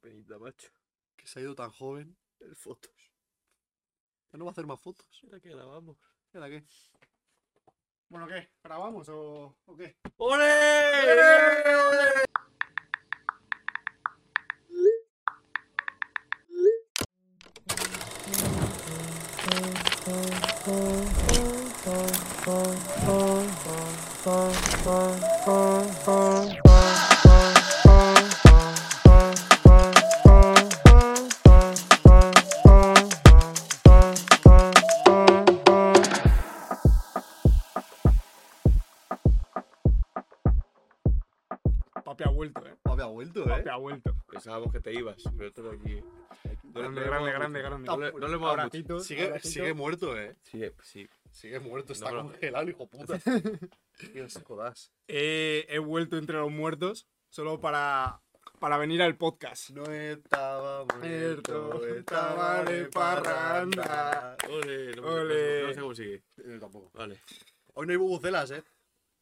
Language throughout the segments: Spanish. penita, macho. Que se ha ido tan joven. El fotos. Ya no va a hacer más fotos. Mira que grabamos. ¿Y ahora qué? Bueno, ¿qué? ¿Grabamos o, o qué? ¡Eh! ¡Ole! Papi ha vuelto, eh. Papi ha vuelto, ¿eh? Papi ha vuelto. ah, Pensábamos que te ibas, pero te lo aquí. No le- no Grande, le grande, hemos- grande, grande. No le, no le hemos dado mucho. Abracitos, Sigue, abracitos. sigue muerto, ¿eh? Sí, pues eh, sí. Sigue muerto, está No, no. congelado, hijo puta. Tío, se jodas. Eh, he vuelto entre los muertos solo para, para venir al podcast. No estaba muerto, Muerto, estaba de parranda. Ole, no, me- Ole. no sé cómo sigue. Eh, tampoco. Vale. Hoy no hay bubucelas, ¿eh?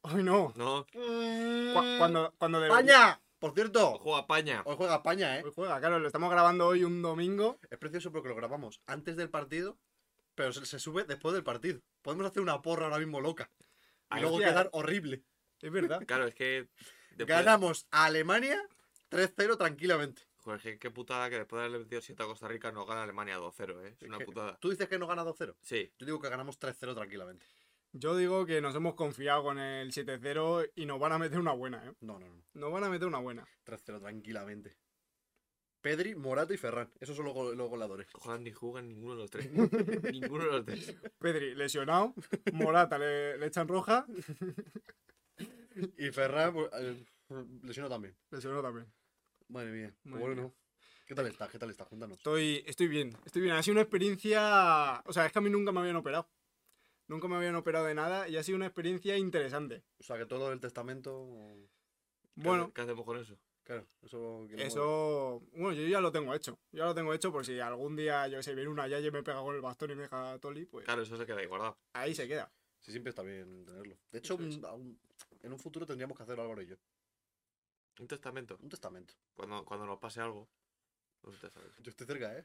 Hoy no. No, Mm. Cu- cuando, cuando de- ¡Paña! Por cierto, juega paña. hoy juega España, ¿eh? Hoy juega, claro, lo estamos grabando hoy un domingo. Es precioso porque lo grabamos antes del partido, pero se, se sube después del partido. Podemos hacer una porra ahora mismo loca. Y Ah, luego hostia. quedar horrible. Es verdad. Claro, es que. después- Ganamos a Alemania 3-0 tranquilamente. Joder, que- qué putada que después de haberle metido 7 a Costa Rica nos gana Alemania 2-0, ¿eh? Es una que- putada. Tú dices que no gana 2-0. Sí. Yo digo que ganamos 3-0 tranquilamente. Yo digo que nos hemos confiado con el 7-0 y nos van a meter una buena, eh. No, no, no. Nos van a meter una buena. 3-0 tranquilamente. Pedri, Morata y Ferran. Esos son los, go- los goleadores. Juegan ni juegan ninguno de los tres. ninguno de los tres. Pedri, lesionado. Morata, le, le echan roja. Y Ferran pues, eh, lesionó también. Lesionado también. Madre mía. Pues Madre bueno. mía. ¿Qué tal está? ¿Qué tal está? Júntanos. Estoy, estoy bien, estoy bien. Ha sido una experiencia... O sea, es que a mí nunca me habían operado. Nunca me habían operado de nada y ha sido una experiencia interesante. O sea, que todo lo del testamento. ¿Qué hace- Bueno, ¿Qué hacemos con eso? Claro, eso. que lo- eso... Bueno, yo ya lo tengo hecho. Ya lo tengo hecho por si algún día, yo que sé, viene una yaya y me pega con el bastón y me deja toli, pues Claro, eso se queda ahí guardado. ahí se queda. Sí, siempre está bien tenerlo. De hecho, Eso es. un- a un- en un futuro tendríamos que hacerlo Álvaro y yo. Un testamento. Un testamento. Cuando, cuando nos pase algo. Un testamento. Yo estoy cerca, ¿eh?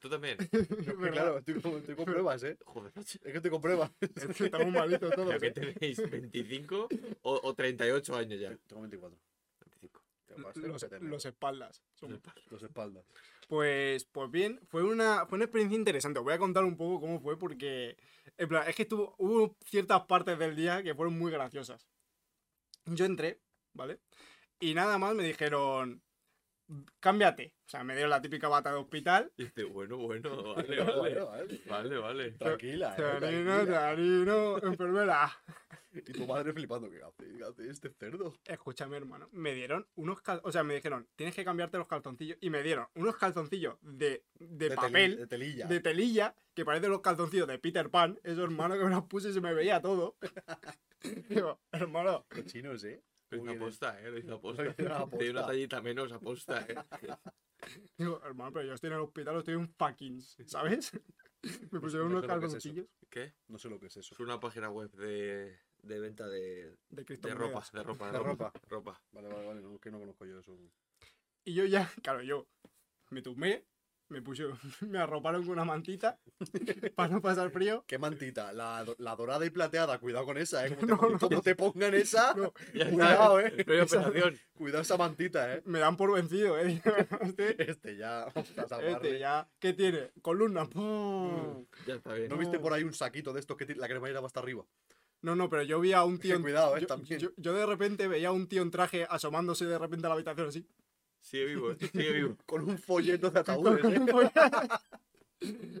Tú también. Yo, Es verdad. claro, estoy con, estoy con pruebas, ¿eh? Joder, macho. Es que estoy con pruebas. Es que estamos malitos todos. ¿Pero que ¿eh? tenéis? ¿25 o, o 38 años ya? Tengo 24. 25. Te vas, ¿eh? Los, te tengo. los espaldas. Los Son- Los espaldas. Pues, pues bien, fue una, fue una experiencia interesante. Os voy a contar un poco cómo fue porque... en plan, es que estuvo, hubo ciertas partes del día que fueron muy graciosas. Yo entré, ¿vale? Y nada más me dijeron, cámbiate. O sea, me dieron la típica bata de hospital. Y dice, bueno, bueno, vale, vale. Bueno, vale. Vale, vale. Tranquila, eh, Tarino, tranquila. tarino, enfermera. Y tu madre flipando, ¿qué hace? ¿Qué hace este cerdo? Escúchame, hermano. Me dieron unos cal... O sea, me dijeron, tienes que cambiarte los calzoncillos. Y me dieron unos calzoncillos de, de, teli- papel. de telilla. de telilla, que parecen los calzoncillos de Peter Pan, esos hermanos que me los puse y se me veía todo. Digo, hermano, Cochinos, ¿eh? Lo hizo Muy bien. aposta, ¿eh? Lo hizo aposta. Lo hizo una Te dio una aposta. tallita menos aposta, ¿eh? digo, hermano, pero yo estoy en el hospital, estoy en fucking, ¿sabes? Me pusieron no sé lo unos que es calzoncillos ¿Qué? No sé lo que es eso. Es una página web de, de venta de, de Cristo. de ropa, de ropa, de La ropa. ropa. ropa. Vale, vale, vale. No, que no conozco yo eso. Y yo ya, claro, yo me tumbé, me pusieron, me arroparon con una mantita para no pasar frío. ¿Qué mantita? La, do- la dorada y plateada. Cuidado con esa, ¿eh? Como te, No, no. como te pongan esa, No, Ya está, Cuidado, eh. El premio operación. cuidado esa mantita, ¿eh? me dan por vencido, eh. Digo, Este, Este ya, vamos a este salvarle. ya, ¿qué tiene? Columna. Mm. ¡pum! Ya está bien. ¿No viste por ahí un saquito de estos que tiene la cremallera va hasta arriba? No, no, pero yo vi a un tío. en- Cuidado, eh, yo, también. yo- yo de repente veía a un tío en traje asomándose de repente a la habitación así. Sigue vivo, eh, sigue vivo. Con un folleto de ataúdes, ¿eh?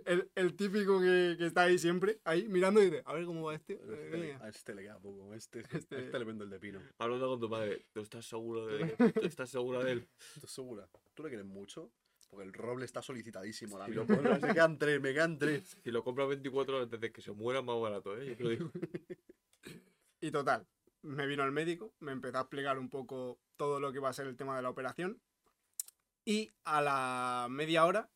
el, el típico que, que está ahí siempre, ahí mirando y dice, a ver cómo va este. Este le- a este le queda poco, a este, a Este- este le vendo el de pino. Hablando con tu madre. ¿Tú estás seguro de él? ¿Tú estás segura de él? ¿Estás segura? ¿Tú le quieres mucho? Porque el roble está solicitadísimo ahora Sí, lo mismo. ¿eh? Me quedan tres, me quedan tres. Si lo compras 24 horas antes de que se muera, más barato, ¿eh? Yo te lo digo. Y total, me vino el médico, me empezó a explicar un poco todo lo que iba a ser el tema de la operación. Y a la media hora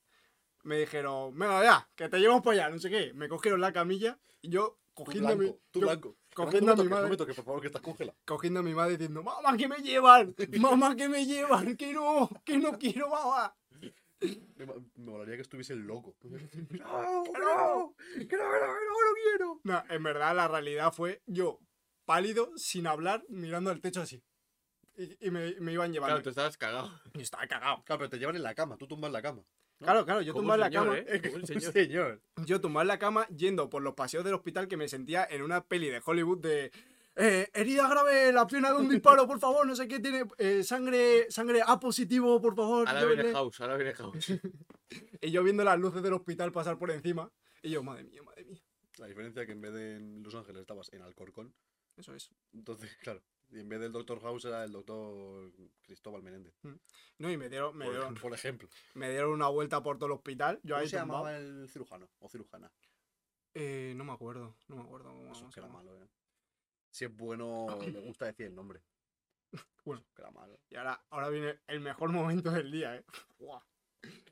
me dijeron, venga ya, que te llevamos para allá, no sé qué. Me cogieron la camilla y yo Tú cogiendo a mi, blanco, tú yo blanco. cogiendo a no mi me toques, No madre. me toques, por favor, que estás congelado. cogiendo a mi madre diciendo, mamá, que me llevan, mamá, que me llevan, que no, que no quiero, mamá. Me, ma- me molaría que estuviese loco. ¡No! ¡No! ¡Que no! ¡Que no, que no, que no lo quiero! No, en verdad la realidad fue yo, pálido, sin hablar, mirando al techo así. Y, y me, me iban llevando. Claro, tú estabas cagado. Yo estaba cagado. Claro, pero te llevan en la cama, tú tumbas en la cama. ¿no? Claro, claro, yo Como tumbado en un la señor, cama. ¿eh? Es que Como un señor. señor. Yo tumbado en la cama yendo por los paseos del hospital que me sentía en una peli de Hollywood de. eh, herida grave, en la pierna de un disparo, por favor, no sé qué tiene. eh, sangre, sangre A positivo, por favor. Ahora llévenle". viene House, ahora viene House. Y yo viendo las luces del hospital pasar por encima. Y yo, madre mía, madre mía. La diferencia es que en vez de en Los Ángeles estabas en Alcorcón. Eso es. Entonces, claro. Y en vez del Doctor House era el Doctor Cristóbal Menéndez. No, y me dieron, me dieron, Por, por ejemplo. me dieron una vuelta por todo el hospital. Yo ¿Cómo ahí se tumbado. llamaba el cirujano o cirujana? Eh, no me acuerdo, no me acuerdo cómo Eso cómo es se que era llama. malo, ¿eh? Si es bueno, le gusta decir el nombre. Bueno. Eso que era malo. Y ahora, ahora viene el mejor momento del día, ¿eh? Buah.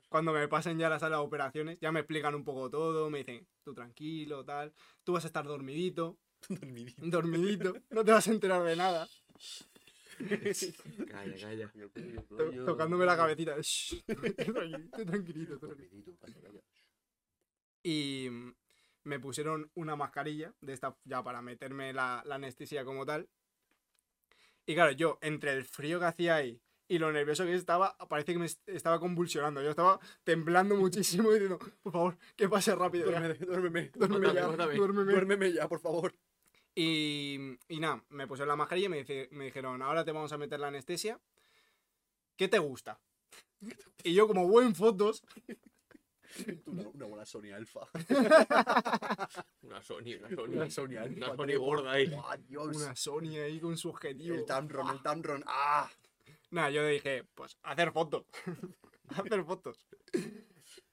Cuando me pasen ya la sala de operaciones, ya me explican un poco todo, me dicen, tú tranquilo, tal, tú vas a estar dormidito, Dormidito. dormidito, no te vas a enterar de nada, Calla, calla. Y el cuello, to- cuello, tocándome la cuello. cabecita, "Shh, tú tranqui- tú tranquilito, tú tranquilito. Dormidito, calla, calla. Y mm, me pusieron una mascarilla, de esta ya para meterme la, la anestesia como tal. Y claro, yo, entre el frío que hacía ahí y lo nervioso que estaba, parece que me est- estaba convulsionando. Yo estaba temblando muchísimo y diciendo, por favor, que pase rápido. ya, Duérmeme, duérmeme, duérmeme ya, Mátame, mátame. duérmeme". duérmeme ya, por favor. Y, y nada, me pusieron la mascarilla y me, dice- me dijeron, ahora te vamos a meter la anestesia. ¿Qué te gusta? Y yo, como buen fotos, Una, una buena Sony Alpha. Una Sony, una Sony. Una Sony Una Alpha. Sony tío. gorda ahí. ¡Ah, Dios! una Sony ahí con su objetivo. El Tamron, el Tamron. ¡Ah! Nada, yo le dije, pues hacer fotos. hacer fotos.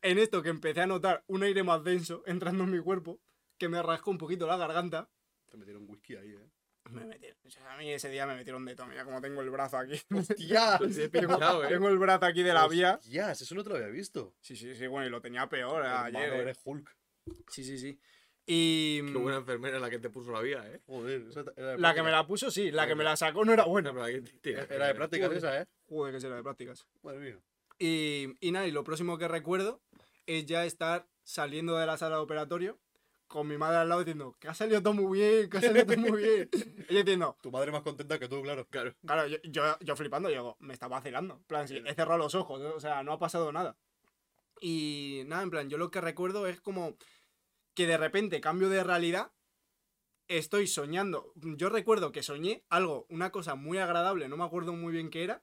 En esto que empecé a notar un aire más denso entrando en mi cuerpo, que me rascó un poquito la garganta. Te metieron whisky ahí, ¿eh? Me metieron. o sea, a mí ese día me metieron de todo. Mira como tengo el brazo aquí. ¡Hostias! Lo tiene pinchado, ¿eh? Tengo el brazo aquí de la vía. ¡Hostias! Eso no te lo había visto. Sí, sí, sí, bueno, y lo tenía peor Hermano, ayer. eh. eres Hulk. Sí, sí, sí. Y mm, Qué buena enfermera la que te puso la vía, ¿eh? Joder, esa era de la que práctica. me la puso, sí. La que me la sacó no era buena. Pero aquí, tío, Era de prácticas Joder. esa, ¿eh? Joder, que será de prácticas. Madre mía. Y, y nada, y lo próximo que recuerdo es ya estar saliendo de la sala de operatorio con mi madre al lado diciendo que ha salido todo muy bien, que ha salido todo muy bien. Ella diciendo, Tu madre más contenta que tú, claro. Claro. claro, yo, yo, yo flipando, yo digo, me está vacilando. En plan, sí, he cerrado los ojos, o sea, no ha pasado nada. Y nada, en plan, yo lo que recuerdo es como que de repente cambio de realidad, estoy soñando. Yo recuerdo que soñé algo, una cosa muy agradable, no me acuerdo muy bien qué era.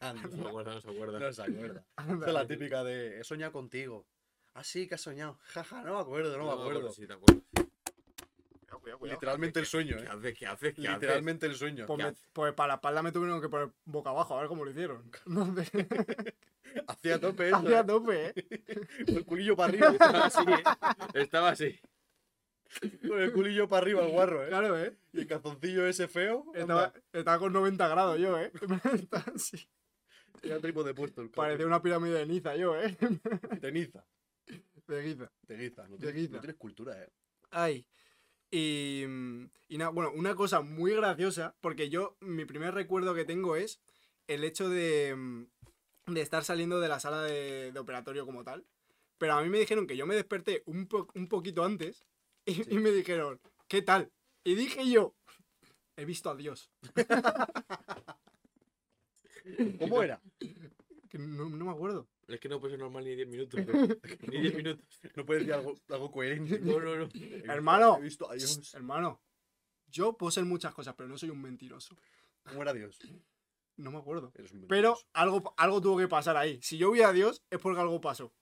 Anda, No se anda. acuerda, no se acuerda. No se acuerda. Esa es la típica de he soñado contigo. Ah, sí, que has soñado. Jaja, no me acuerdo, no me acuerdo. Sí, te acuerdo. Cuidado, cuidado, cuidado. Literalmente el sueño, ¿Qué ¿eh? haces? ¿Qué haces? ¿Qué haces? Literalmente el sueño. Pues, ¿Qué me- pues para la espalda me tuvieron que poner boca abajo, a ver cómo lo hicieron. Entonces, Hacía tope eso, hacía ¿eh? tope, ¿eh? Con el culillo para arriba. Estaba así, ¿eh? Estaba así. Con el culillo para arriba el guarro, ¿eh? Claro, ¿eh? Y el calzoncillo ese feo. Estaba, anda, estaba con 90 grados yo, ¿eh? Estaba así. Tenía trípode puesto el Parecía una pirámide de Niza yo, ¿eh? cabrón. Te guiza. De Giza. Te guiza. No Te tienes, guiza. no tienes cultura, ¿eh? Ay. Y, mm, y nada, bueno, una cosa muy graciosa, porque yo, mi primer recuerdo que tengo es el hecho de, mm, de estar saliendo de la sala de, de operatorio como tal. Pero a mí me dijeron que yo me desperté un, po- un poquito antes y, y me dijeron, ¿qué tal? Y dije yo, he visto a Dios. ¿Cómo era? Que no, no me acuerdo. Es que no puede ser normal ni 10 minutos. ¿no? Ni 10 minutos. No puedes decir algo, algo coherente. No, no, no. He visto- Hermano. He visto a Dios. Hermano, yo puedo ser muchas cosas, pero no soy un mentiroso. ¿Cómo era Dios? No me acuerdo. Eres un Pero mentiroso. algo, algo tuvo que pasar ahí. Si yo vi a Dios, es porque algo pasó.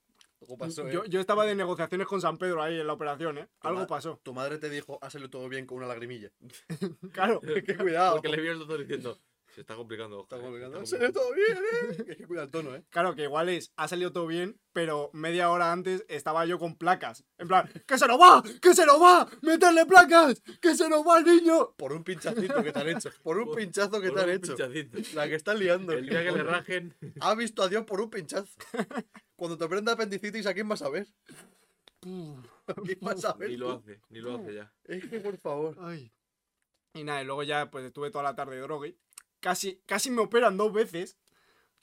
Algo pasó, ¿eh? Yo, yo estaba de negociaciones con San Pedro ahí en la operación, ¿eh? Tu Algo ma- pasó. Tu madre te dijo, hazlo todo bien con una lagrimilla. Claro. Que cuidado. Porque le vi al doctor diciendo, se está complicando. Ah, Está Oscar, ¿eh? complicado. Se Hazlo está todo bien, ¿eh? Que, que cuidado el tono, ¿eh? Claro, que igual es, ha salido todo bien, pero media hora antes estaba yo con placas. En plan, ¡que se nos va! ¡Que se nos va! ¡Meterle placas! ¡Que se nos va, niño! Por un pinchacito que te han hecho. Por un Por- pinchazo que complicando. te han Por un hecho. pinchacito. La que estás liando. El día que le rajen, Ha visto a Dios por un pinchazo. Cuando te prenda apendicitis, ¿a quién vas a ver? ¿A quién vas a ver? ni lo tú? hace, ni lo hace ya. Este Es que, por favor. Ay. Y nada, y luego ya pues estuve toda la tarde de drogue. Casi, casi me operan dos veces.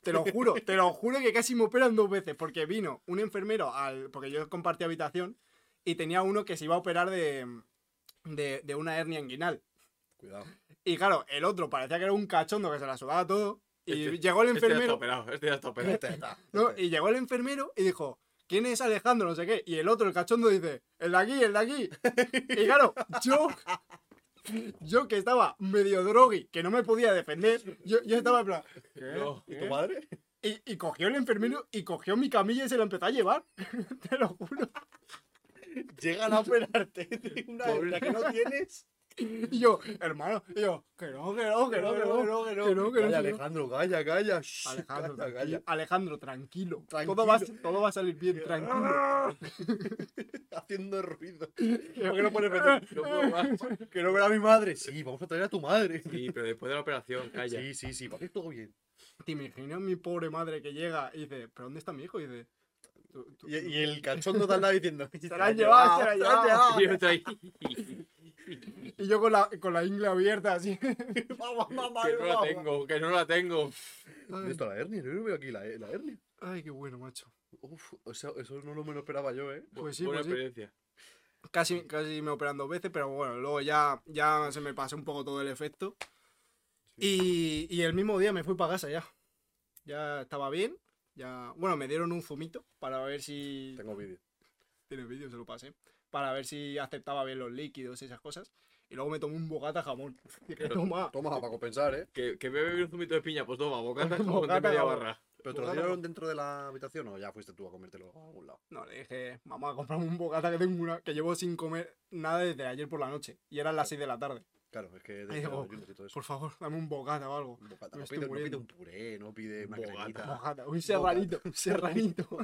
Te lo juro, te lo juro que casi me operan dos veces, porque vino un enfermero al. Porque yo compartí habitación y tenía uno que se iba a operar de, de, de una hernia inguinal. Cuidado. Y claro, el otro parecía que era un cachondo que se la sudaba todo. Y Este- llegó el Este ya está enfermero. operado, este ya está operado. Este está, ¿no? este. Y llegó el enfermero y dijo, ¿quién es Alejandro? No sé qué. Y el otro, el cachondo, dice, el de aquí, el de aquí. Y claro, yo, yo que estaba medio drogui, que no me podía defender, yo, yo estaba en plan, ¿qué? No. ¿Y ¿Qué? tu madre? Y, y cogió el enfermero y cogió mi camilla y se la empezó a llevar. Te lo juro. Llegan a operarte de una Pobre. hernia que no tienes. Y yo, hermano, y yo, que no, que no, que no, que no. que que no, que no, Calla, que no. Alejandro, calla, calla. Shh, Alejandro, calla, tranquilo. calla. Alejandro, tranquilo. Tranquilo. Todo, va, a- todo va a salir bien, tranquilo. Haciendo ruido. ¿Por qué no pones meter? No puedo más. Que no vea a mi madre. Sí, vamos a traer a tu madre. Sí, pero después de la operación, calla. Sí, sí, sí, va a ir todo bien. Te imaginas mi pobre madre que llega y dice, ¿pero dónde está mi hijo? Y dice, "Tú- tú- Y, y el cachondo está al lado diciendo: Se la han llevado, se la han llevado". Y yo estoy- Y yo con la, con la ingle abierta, así. Vamos, mamá, que no la vamos. tengo, que no la tengo. ¿Dónde Ay, está la hernia? Yo no veo aquí la, eh, la hernia. ay, qué bueno, macho. Uf, o sea, eso no lo me lo esperaba yo, ¿eh? Pues sí, Buena pues sí. experiencia. Casi, casi me operan dos veces, pero bueno, luego ya, ya se me pasó un poco todo el efecto. Y, y el mismo día me fui para casa ya. Ya estaba bien. Ya, bueno, me dieron un zumito para ver si... Tengo vídeo. Tiene vídeo, se lo pasé. Para ver si aceptaba bien los líquidos y esas cosas. Y luego me tomé un bogata jamón. Dije, toma. Toma, para compensar, ¿eh? Que, que voy a beber un zumito de piña, pues toma, bocata Bocata, como de media vamos. barra. ¿Pero te lo Bogata, dieron dentro de la habitación o ya fuiste tú a comértelo a algún lado? No, le dije, mamá, comprame un bogata que tengo una, que llevo sin comer nada desde ayer por la noche. Y eran las 6 de la tarde. Claro, es que. Ay, digo, desayuno y todo eso. Por favor, dame un bogata o algo. Un bocata. me No estoy pide, no pide muriendo. un puré, no pide una Bogata. cremita. Bogata, un serranito, un serranito.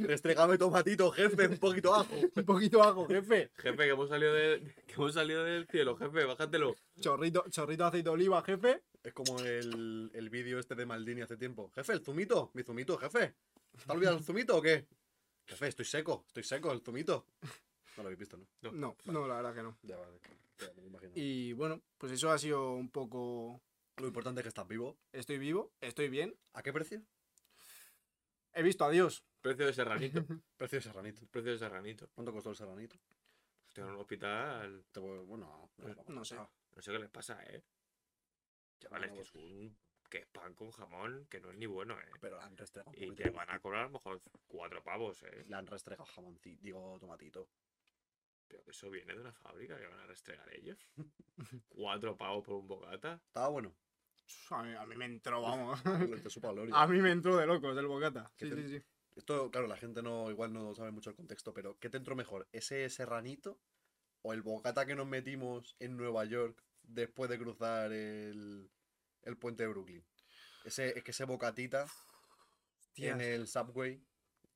Restrégame tomatito, jefe, un poquito ajo. un poquito ajo, jefe. Jefe, que hemos salido de, que hemos salido del cielo, jefe, bájatelo. Chorrito, chorrito de aceite de oliva, jefe. Es como el, el vídeo este de Maldini hace tiempo. Jefe, el zumito, mi zumito, jefe. ¿Se ¿Te ha olvidado el zumito o qué? Jefe, estoy seco, estoy seco, el zumito. No lo habéis visto, ¿no? No, no, la verdad que no. Ya vale. ya me lo imagino. Y bueno, pues eso ha sido un poco. Lo importante es que estás vivo. Estoy vivo, estoy bien. ¿A qué precio? He visto a Dios. Precio de serranito, Precio de serranito. precio de serranito. ¿Cuánto costó el serranito? Estoy en un hospital, Te voy- Bueno, No sé. no sé qué les pasa, eh. Chavales, que es un que es pan con jamón, que no es ni bueno, eh. Pero la han restregado. un Y poquito te de van a tomatito. cobrar a lo mejor cuatro pavos, eh. Le han restregado jamoncito, digo, tomatito. Pero que eso viene de una fábrica que van a restregar ellos. cuatro pavos por un bocata. Estaba bueno. A mí, a mí me entró, vamos. Te supo a gloria. A mí me entró de locos el bocata. ¿Qué Sí, te- sí, sí. Esto, claro, la gente no igual no sabe mucho el contexto, pero ¿qué te entró mejor? ¿Ese serranito o el bocata que nos metimos en Nueva York después de cruzar el, el puente de Brooklyn? Ese, es que ese bocatita en Hostias, el subway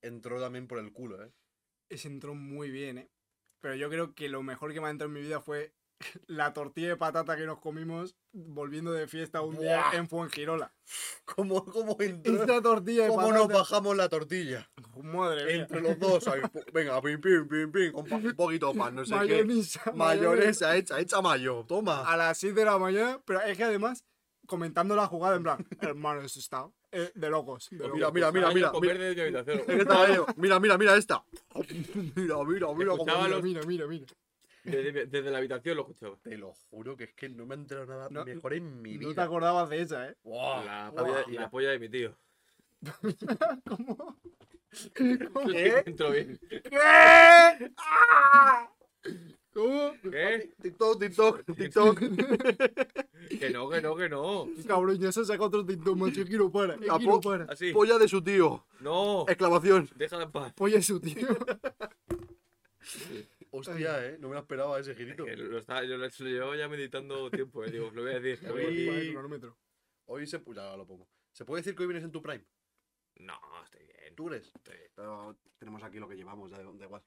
entró también por el culo, ¿eh? ese entró muy bien, ¿eh? Pero yo creo que lo mejor que me ha entrado en mi vida fue la tortilla de patata que nos comimos volviendo de fiesta un día Buah. en Fuengirola. ¿Cómo, cómo entró? Esta tortilla de ¿Cómo nos patata. bajamos la tortilla? Madre mía. Entre los dos, ahí, pu- venga, pim, pim, pim, pim, con pa- un poquito de pan, no sé mayonesa, Ah, qué. Mayonesa, hecha, hecha mayo, toma. A las 6 de la mañana, pero es que además comentando la jugada en plan, hermano, eso está eh, de locos. de Mira, locos". mira, mira, Ahí mira, lo comer desde mi habitación. Es que estaba yo, Mira, mira, mira esta. Mira, mira, mira cómo Escuchaba mira. los- mira, mira, mira. Desde, desde la habitación lo escuchaba. Te lo juro que es que no me ha enterado nada No- mejor en mi No te vida. acordabas de esa, ¿eh? Guau, La guau. polla, la polla de mi tío. ¿Cómo? ¿Qué? Entró bien. ¿Qué? ¿Cómo? ¿Qué? TikTok, TikTok, TikTok. Que no, que no, que no. Cabrón, ya se saca otro TikTok, macho. Es que no para. Es que no Tampoco- para. Así. Polla de su tío. No. eh, Exclamación. Déjala en paz. Polla es su Pues tío. Hostia, eh. No me lo esperaba ese girito. Que lo está, yo lo llevo ya meditando tiempo, eh. Digo, lo voy a decir. lo voy a Uy. decir. El cronómetro. Hoy se. Ya lo pongo. ¿Se puede decir que hoy vienes en tu prime? No, estoy bien. ¿Tú eres? estoy bien. Pero tenemos aquí lo que llevamos, da, da igual.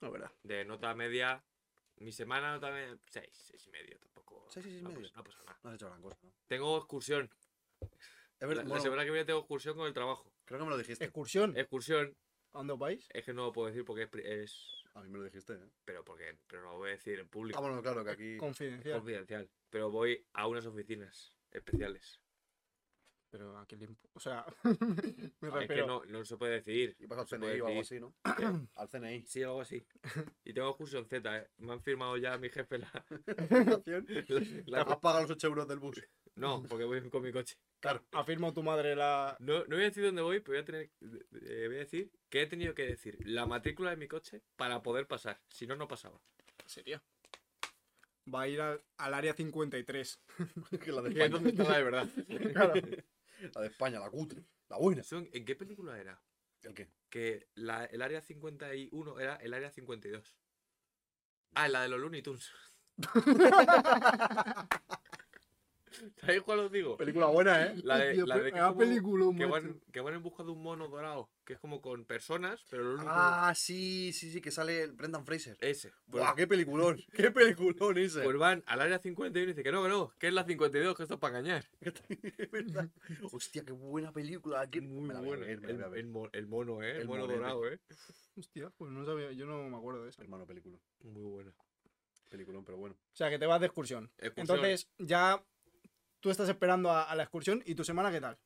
La verdad. De nota media, mi semana nota media, 6, 6 y medio tampoco. Seis, seis y no medio. pasa- no pasa nada. No has hecho gran cosa, ¿no? Tengo excursión. Es La, verdad, la bueno, semana que viene tengo excursión con el trabajo. creo que me lo dijiste. Eh, Excursión. Excursión, ¿A dónde vais? es que no lo puedo decir porque es. pri- es- A mí me lo dijiste, ¿eh? pero, porque, pero lo voy a decir en Ah, público. bueno, claro, que eh, aquí. Confidencial. Confidencial. Pero voy a unas oficinas especiales. Pero a qué le imp- O sea, me Ah, es que refiero. no, no se puede decidir. Y pasa al se puede CNI o algo decir. así, ¿no? al CNI. Sí, algo así. Y tengo excursión Z, eh. Me han firmado ya mi jefe la. Acción. la- Has la- pagado los 8 euros del bus. No, porque voy con mi coche. Claro. Ha firmado tu madre la. No, no voy a decir dónde voy, pero voy a, tener, eh, voy a decir que he tenido que decir la matrícula de mi coche para poder pasar. Si no, no pasaba. Sería. Va a ir al, al área 53. Que la de Que España. entonces nada de verdad. Claro. La de España, la cutre. La buena. Eso, ¿En en qué película era? ¿El qué? Que la- el área 51 era el área 52. Ah, la de los Looney Tunes. ¿Sabéis cuál os digo? Película buena, ¿eh? La de- Tío, la de pe- que era como- película, Que macho. van, que van en busca de un mono dorado, que es como con personas, pero lo único. Ah, sí, sí, sí, que sale el Brendan Fraser. Ese. Pues, ¡Buah, qué peliculón! ¡Qué peliculón ese! pues van al área 51 y dicen que no, que no, que es la 52, que esto es para engañar. ¿Verdad? Hostia, qué buena película. qué- Muy me la voy a bueno. ver, me la el, voy a ver. el mo- el mono, ¿eh? El, El mono monete. dorado, ¿eh? Hostia, pues no sabía. Yo no me acuerdo de eso. Hermano, película. Muy buena. Peliculón, pero bueno. O sea, que te vas de excursión. Excursión. Entonces, ya tú estás esperando a, a la excursión y tu semana, ¿qué tal?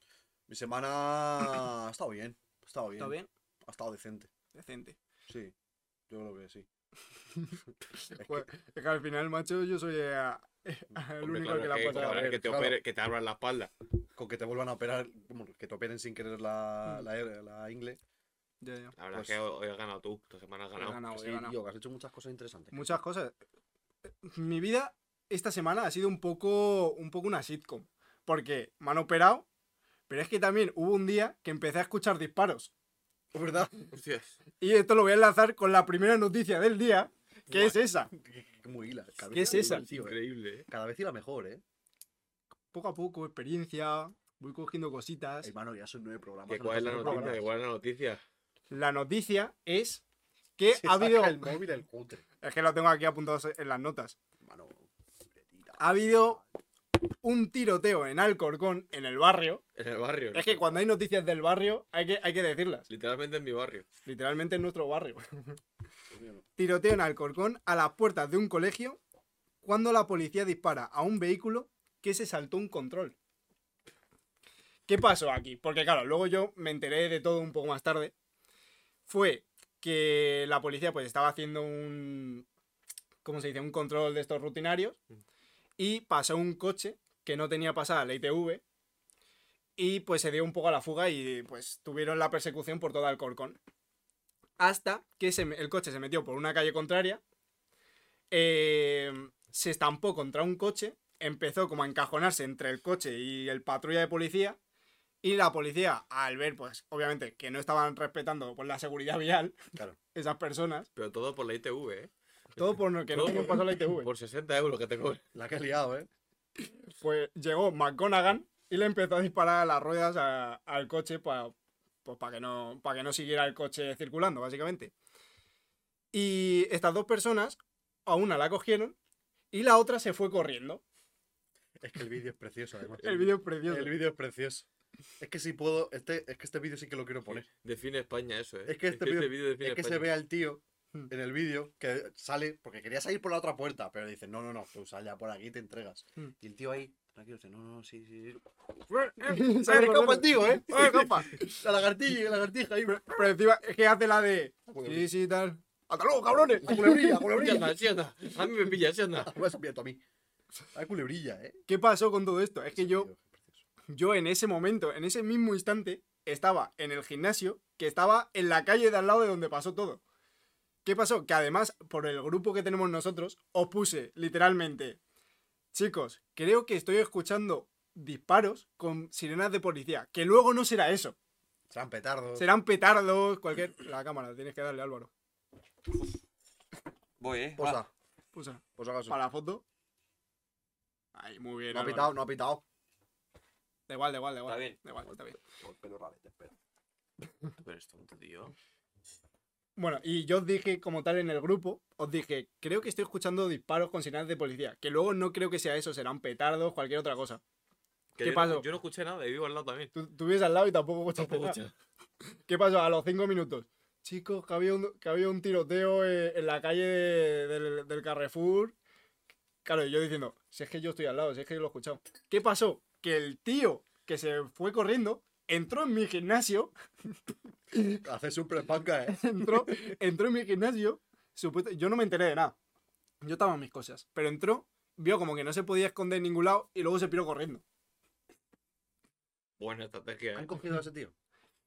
Mi semana ha estado bien. Ha estado bien. ¿Todo bien? Ha estado decente. Decente. Sí. Yo creo que sí. que- Joder, es que al final, macho, yo soy eh, a- el Hombre, único claro, que la es ha que, pasado. claro, eh. es que te Claro. opere- que te abran la espalda. Con que te vuelvan a operar, como que te operen sin querer Mm. la, la, R- la ingle. Ya, ya. La verdad Pues- es que hoy hoy has ganado tú. Esta semana has He ganado. ganado, Que he sí, ganado. tío, que has hecho muchas cosas interesantes. Muchas cosas. Mi vida esta semana ha sido un poco, un poco una sitcom. Porque me han operado, pero es que también hubo un día que empecé a escuchar disparos. Es ¿Verdad? Hostias. Y esto lo voy a enlazar con la primera noticia del día, que Buah. es esa. Qué muy hila. Cada vez ¿Qué es hila, esa? tío, eh. Increíble, ¿eh? Cada vez hila mejor, ¿eh? Poco a poco, experiencia, voy cogiendo cositas. Hermano, ya son nueve programas. Que en cuál es la los que noticia, noticia? programas. que cuál es la noticia? La noticia es que Se ha habido... saca el móvil el cutre. Es que lo tengo aquí apuntado en las notas. Hermano, tira. Ha habido un tiroteo en Alcorcón, en el barrio. En el barrio. Es que cuando hay noticias del barrio, hay que, hay que decirlas. Literalmente en mi barrio. Literalmente en nuestro barrio. Dios mío, no. Tiroteo en Alcorcón a las puertas de un colegio cuando la policía dispara a un vehículo que se saltó un control. ¿Qué pasó aquí? Porque claro, luego yo me enteré de todo un poco más tarde. Fue que la policía pues estaba haciendo un... ¿Cómo se dice? Un control de estos rutinarios. Y pasó un coche que no tenía pasada la ITV. Y pues se dio un poco a la fuga y pues tuvieron la persecución por todo Alcorcón hasta que se me- el coche se metió por una calle contraria, eh, se estampó contra un coche, empezó como a encajonarse entre el coche y el patrulla de policía, y la policía, al ver, pues obviamente que no estaban respetando pues, la seguridad vial, Claro. esas personas, Pero todo por la ITV, ¿eh? todo por no- que no Todo tenían pasado la ITV, Por 60 euros que te cobran. La que he liado, ¿eh? pues llegó McGonaghan y le empezó a disparar a las ruedas a- al coche para que, no, para que no siguiera el coche circulando, básicamente. Y estas dos personas, a una la cogieron y la otra se fue corriendo. Es que el vídeo es precioso, además. El vídeo es precioso. El vídeo es precioso. Es que si puedo, este, es que este vídeo sí que lo quiero poner. Define España eso, ¿eh? Es que este vídeo- define Es que se España. ve al tío Hmm. en el vídeo que sale, porque quería salir por la otra puerta, pero le dicen, no, no, no, tú sal ya por aquí y te entregas. Hmm. Y el tío ahí, tranquilo, dice, no, no, sí, sí, sí. Sale ¡Eh, corriendo. copa el tío, eh! ¡Eh, compa! La lagartija, la lagartija ahí. Pero- Pero encima es que hace la de... culebrilla. Sí, sí, tal. ¡Hasta luego, cabrones! La culebrilla, la Sí, culebrilla. anda, sí, anda. A mí me pilla, sí, anda. Vas a mí. La culebrilla, eh. ¿Qué pasó con todo esto? Es que Ese yo vídeo es precioso. yo en ese momento, en ese mismo instante, estaba en el gimnasio, que estaba en la calle de al lado de donde pasó todo. ¿Qué pasó? Que además, por el grupo que tenemos nosotros, os puse literalmente, chicos, creo que estoy escuchando disparos con sirenas de policía, que luego no será eso. Serán petardos. Serán petardos, cualquier... La cámara, tienes que darle, Álvaro. Voy, ¿eh? Posa, Pusa, posa caso. para la foto. Ahí, muy bien. No ha Álvaro. pitado, no ha pitado. Da igual, da igual, da igual. Está bien. Da igual, está bien. Por pelo ralete, espera. Pero es tonto, tío. Bueno, y yo os dije, como tal, en el grupo, os dije, creo que estoy escuchando disparos con señales de policía, que luego no creo que sea eso, serán petardos, cualquier otra cosa. Que ¿Qué yo no- pasó? Pues yo no escuché nada y vivo al lado también. Tú tú vives al lado y tampoco escuchaste Tampoco nada. escuché. ¿Qué pasó? A los cinco minutos. Chicos, que había un, que había un tiroteo eh, en la calle de- del, del Carrefour. Claro, y yo diciendo, si es que yo estoy al lado, si es que yo lo he escuchado. ¿Qué pasó? Que el tío que se fue corriendo, entró en mi gimnasio, Hace super panca, ¿eh? entró, entró en mi gimnasio, supuesto- yo no me enteré de nada. Yo estaba en mis cosas, pero entró, vio como que no se podía esconder en ningún lado y luego se piró corriendo. Buena estrategia. ¿Han ¿eh? cogido a ese tío?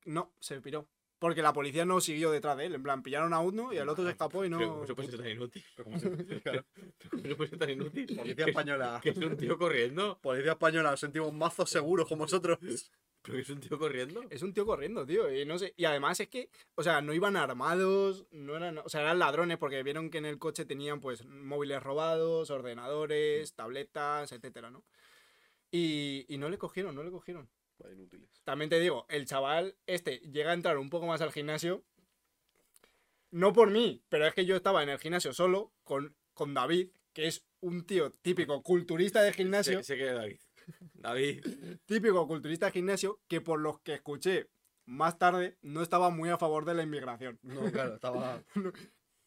No, se piró. Porque la policía no siguió detrás de él. En plan, pillaron a uno y al otro se escapó y Pero no. ¿Cómo se puede ser tan inútil? Pero como se- claro, ¿Cómo se puede ser tan inútil? Policía Que- española. Que es un tío corriendo. Policía española, os sentimos mazos seguros con vosotros. Pero que es un tío corriendo. Es un tío corriendo, tío. Y no sé. Y además es que, o sea, no iban armados, no eran. O sea, eran ladrones porque vieron que en el coche tenían, pues, móviles robados, ordenadores, tabletas, etcétera, ¿no? Y, y no le cogieron, no le cogieron. Vaya, inútiles. También te digo, el chaval este llega a entrar un poco más al gimnasio. No por mí, pero es que yo estaba en el gimnasio solo con, con David, que es un tío típico culturista de gimnasio. Se, se queda David. David. típico culturista de gimnasio que por los que escuché más tarde no estaba muy a favor de la inmigración. No, claro, estaba.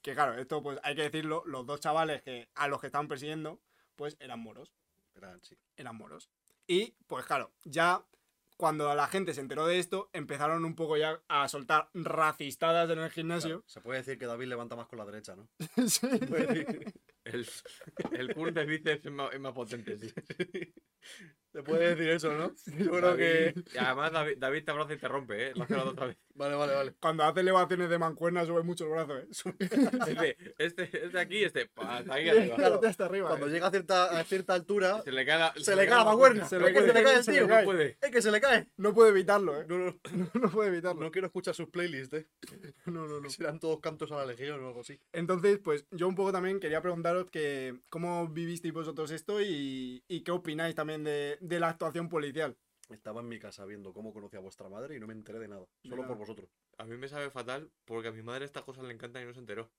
Que claro, esto pues hay que decirlo, los dos chavales que a los que estaban persiguiendo pues eran moros, Eran, sí. eran moros. Y pues claro, ya cuando la gente se enteró de esto, empezaron un poco ya a soltar racistadas en el Claro, gimnasio. se puede decir que David levanta más con la derecha, ¿no? Sí. Se puede decir- El, el curl de bíceps es más, es más potente, sí. se puede decir eso, ¿no? Yo creo que. David- y Además, David, David te abraza y te rompe, ¿eh? Lo has quedado otra vez. Vale, vale, vale. Cuando hace elevaciones de mancuerna sube mucho el brazo, ¿eh? Sube Este, este, este aquí, este. pa, Hasta aquí arriba. hasta arriba. Cuando ¿eh? llega a cierta, a cierta altura, Se le cae la, se le cae la mancuerna. se Se le le cae, cae, el se le tío. No puede. Es ¡eh, que se le cae. No puede evitarlo, ¿eh? No, no, No, no puede evitarlo. no quiero escuchar sus playlists, ¿eh? No, no, no. Serán todos cantos a la legión o algo así. Entonces, pues yo un poco también quería preguntaros que cómo vivisteis vosotros esto y, y qué opináis también de, de la actuación policial. Estaba en mi casa viendo cómo conocía a vuestra madre y no me enteré de nada. De Solo nada. por vosotros. A mí me sabe fatal porque a mi madre estas cosas le encantan y no se enteró.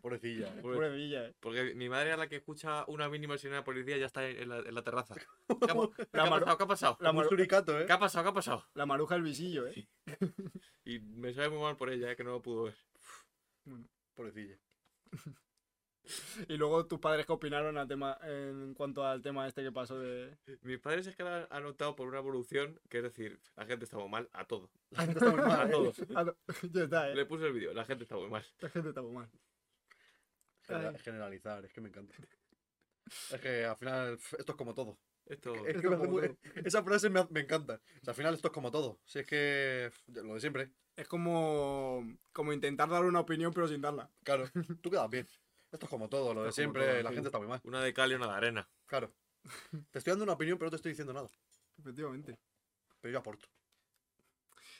Pobrecilla, ¿eh? Pobre- Pobre Villa, ¿eh? porque mi madre a la que escucha una mínima sirena de la policía ya está en la, en la terraza. ¿Qué ha, ¿qué La ha mar- pasado? ¿Qué ha pasado? La, Como un maru- suricato, ¿eh? ¿Qué ha pasado? ¿Qué ha pasado? la maruja del visillo, ¿eh? Y me sabe muy mal por ella, ¿eh? que no lo pudo ver. Pobrecilla. Y luego tus padres qué opinaron al tema, en cuanto al tema este que pasó de... Mis padres es que ahora han optado por una evolución, que es decir, la gente está muy mal a todo. La gente está muy A mal, ¿eh? todos. Ah, no, ya está, ¿eh? Le puse el vídeo, la gente está muy mal. La gente está muy mal. Genera- Generalizar, es que me encanta. Es que al final, pf, esto es como todo. Esto. Es que me Esto es hace como muy- Esa frase me, ha- me encanta. O sea, al final esto es como todo. Si es que pf, lo de siempre, Es como, como intentar dar una opinión pero sin darla. claro, tú quedas bien. Esto es como todo, lo de Esto es como siempre, todo, la sí. gente está muy mal. Una de cal y una de arena. Claro. Te estoy dando una opinión, pero no te estoy diciendo nada. Efectivamente. Pero yo aporto.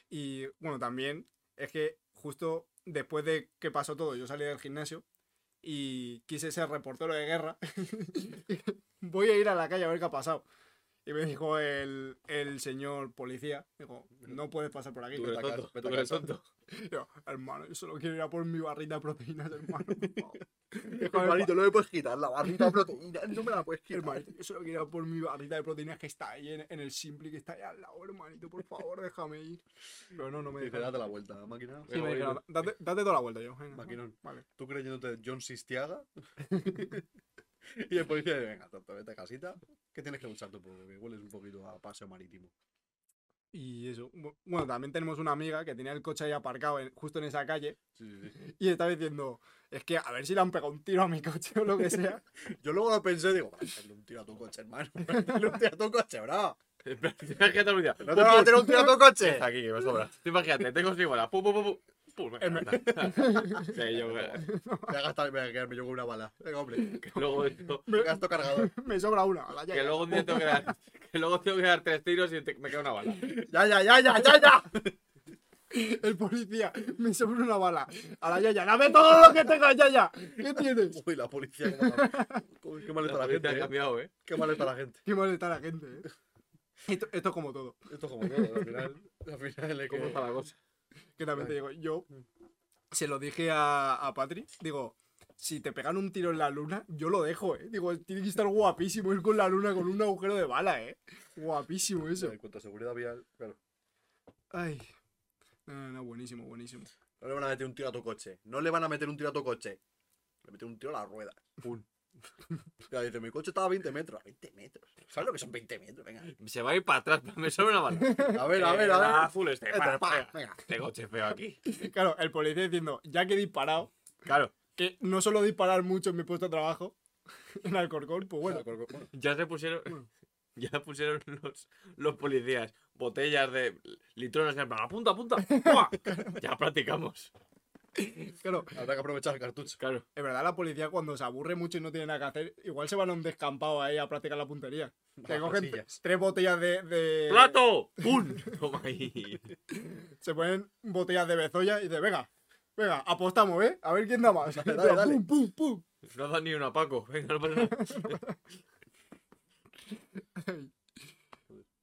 Y bueno, también es que justo después de que pasó todo, yo salí del gimnasio y quise ser reportero de guerra. Voy a ir a la calle a ver qué ha pasado. Y me dijo el, el señor policía, dijo, no puedes pasar por aquí. Tú eres a casa, tonto. vete Tú a eres casa. tonto. Y yo, hermano, yo solo quiero ir a por mi barrita de proteínas, hermano. por favor". Dijo, Hermanito, no me puedes quitar la barrita de proteína, no me la puedes Hermanito, yo solo quiero ir a por mi barrita de proteínas que está ahí en, en el simple que está ahí al lado, hermanito, por favor, déjame ir. Pero no, no me Me dice, dejaron. date la vuelta, máquina. Sí, me dijeron, date, date toda la vuelta yo. venga, Maquinón. Vale. ¿Tú creyéndote John Sistiaga? y el policía dice, venga, tonto, vete a casita. Que tienes que luchar tú, porque hueles un poquito a paseo marítimo. Y eso. Bu- Bueno, también tenemos una amiga que tenía el coche ahí aparcado en- justo en esa calle Sí, sí, sí. y estaba diciendo, es que a ver si le han pegado un tiro a mi coche o lo que sea. Yo luego lo pensé, digo, para hacerle un tiro a tu coche, hermano. Para hacerle un tiro a tu coche, bravo. Imagínate la policía. No te vas a hacer un tiro a tu coche. Está aquí, que me sobra. Tú Imagínate, tengo su iguala. Pum, pum, pum, pum. Pum, me encanta. Sí, yo, eh, Voy a gastar, voy a quedarme yo con una bala. Venga, hombre. que luego esto- Me gasto cargador. Me sobra una. ala, ya, que ya. luego un día tengo que dar, que luego tengo que dar tres tiros y te- me queda una bala. Ya, ya, ya, ya, ya, ya. ¡Ah, El policía, me sobra una bala. A la Yaya, dame todo lo que tenga, Yaya. ¿Qué tienes? Uy, la policía. cómo la- Uy, Qué mal está La la gente. policía ha ¿eh? cambiado, ¿eh? Qué mal está la gente. Qué mal está la gente, ¿eh? Esto, esto es como todo. Esto es como todo, al final. Al final es ¿Cómo como está la cosa? Que también te digo, yo se lo dije a, a Patri, digo, si te pegan un tiro en la luna, yo lo dejo, ¿eh? Digo, tiene que estar guapísimo ir con la luna con un agujero de bala, ¿eh? Guapísimo eso. En cuanto a seguridad vial, claro. Ay. No, no, no, buenísimo, buenísimo. No le van a meter un tiro a tu coche. No le van a meter un tiro a tu coche. Le meten un tiro a la rueda. Ya dice, mi coche estaba a 20 metros. A 20 metros. ¿Sabes lo que son 20 metros? Venga. Se va a ir para atrás, me sobra una bala. A ver, a ver, a Eh, ver. la azul este, Este, pa, pa, pega. venga. Este coche feo aquí. Claro, el policía diciendo, ya que he disparado, Claro, que no suelo disparar mucho en mi puesto de trabajo, en Alcorcón, pues bueno. Bueno, cor- cor- bueno. ya se pusieron. Ya pusieron los, los policías botellas de litronas en plan, apunta, apunta. ¡buah! Ya practicamos. Pues Claro, habrá que aprovechar el cartucho. Claro. en verdad la policía cuando se aburre mucho y no tiene nada que hacer, igual se van a un descampado ahí a practicar la puntería. Las Se cogen cosillas. tres botellas de, de- ¡Plato! ¡Pum! Toma ahí. Se ponen botellas de bezoya y dicen, venga, venga, apostamos, ¿eh? A ver quién da más. Dale, Pero dale, Pues dale. Pum, pum, pum. No da ni una Paco. Venga, no pasa nada.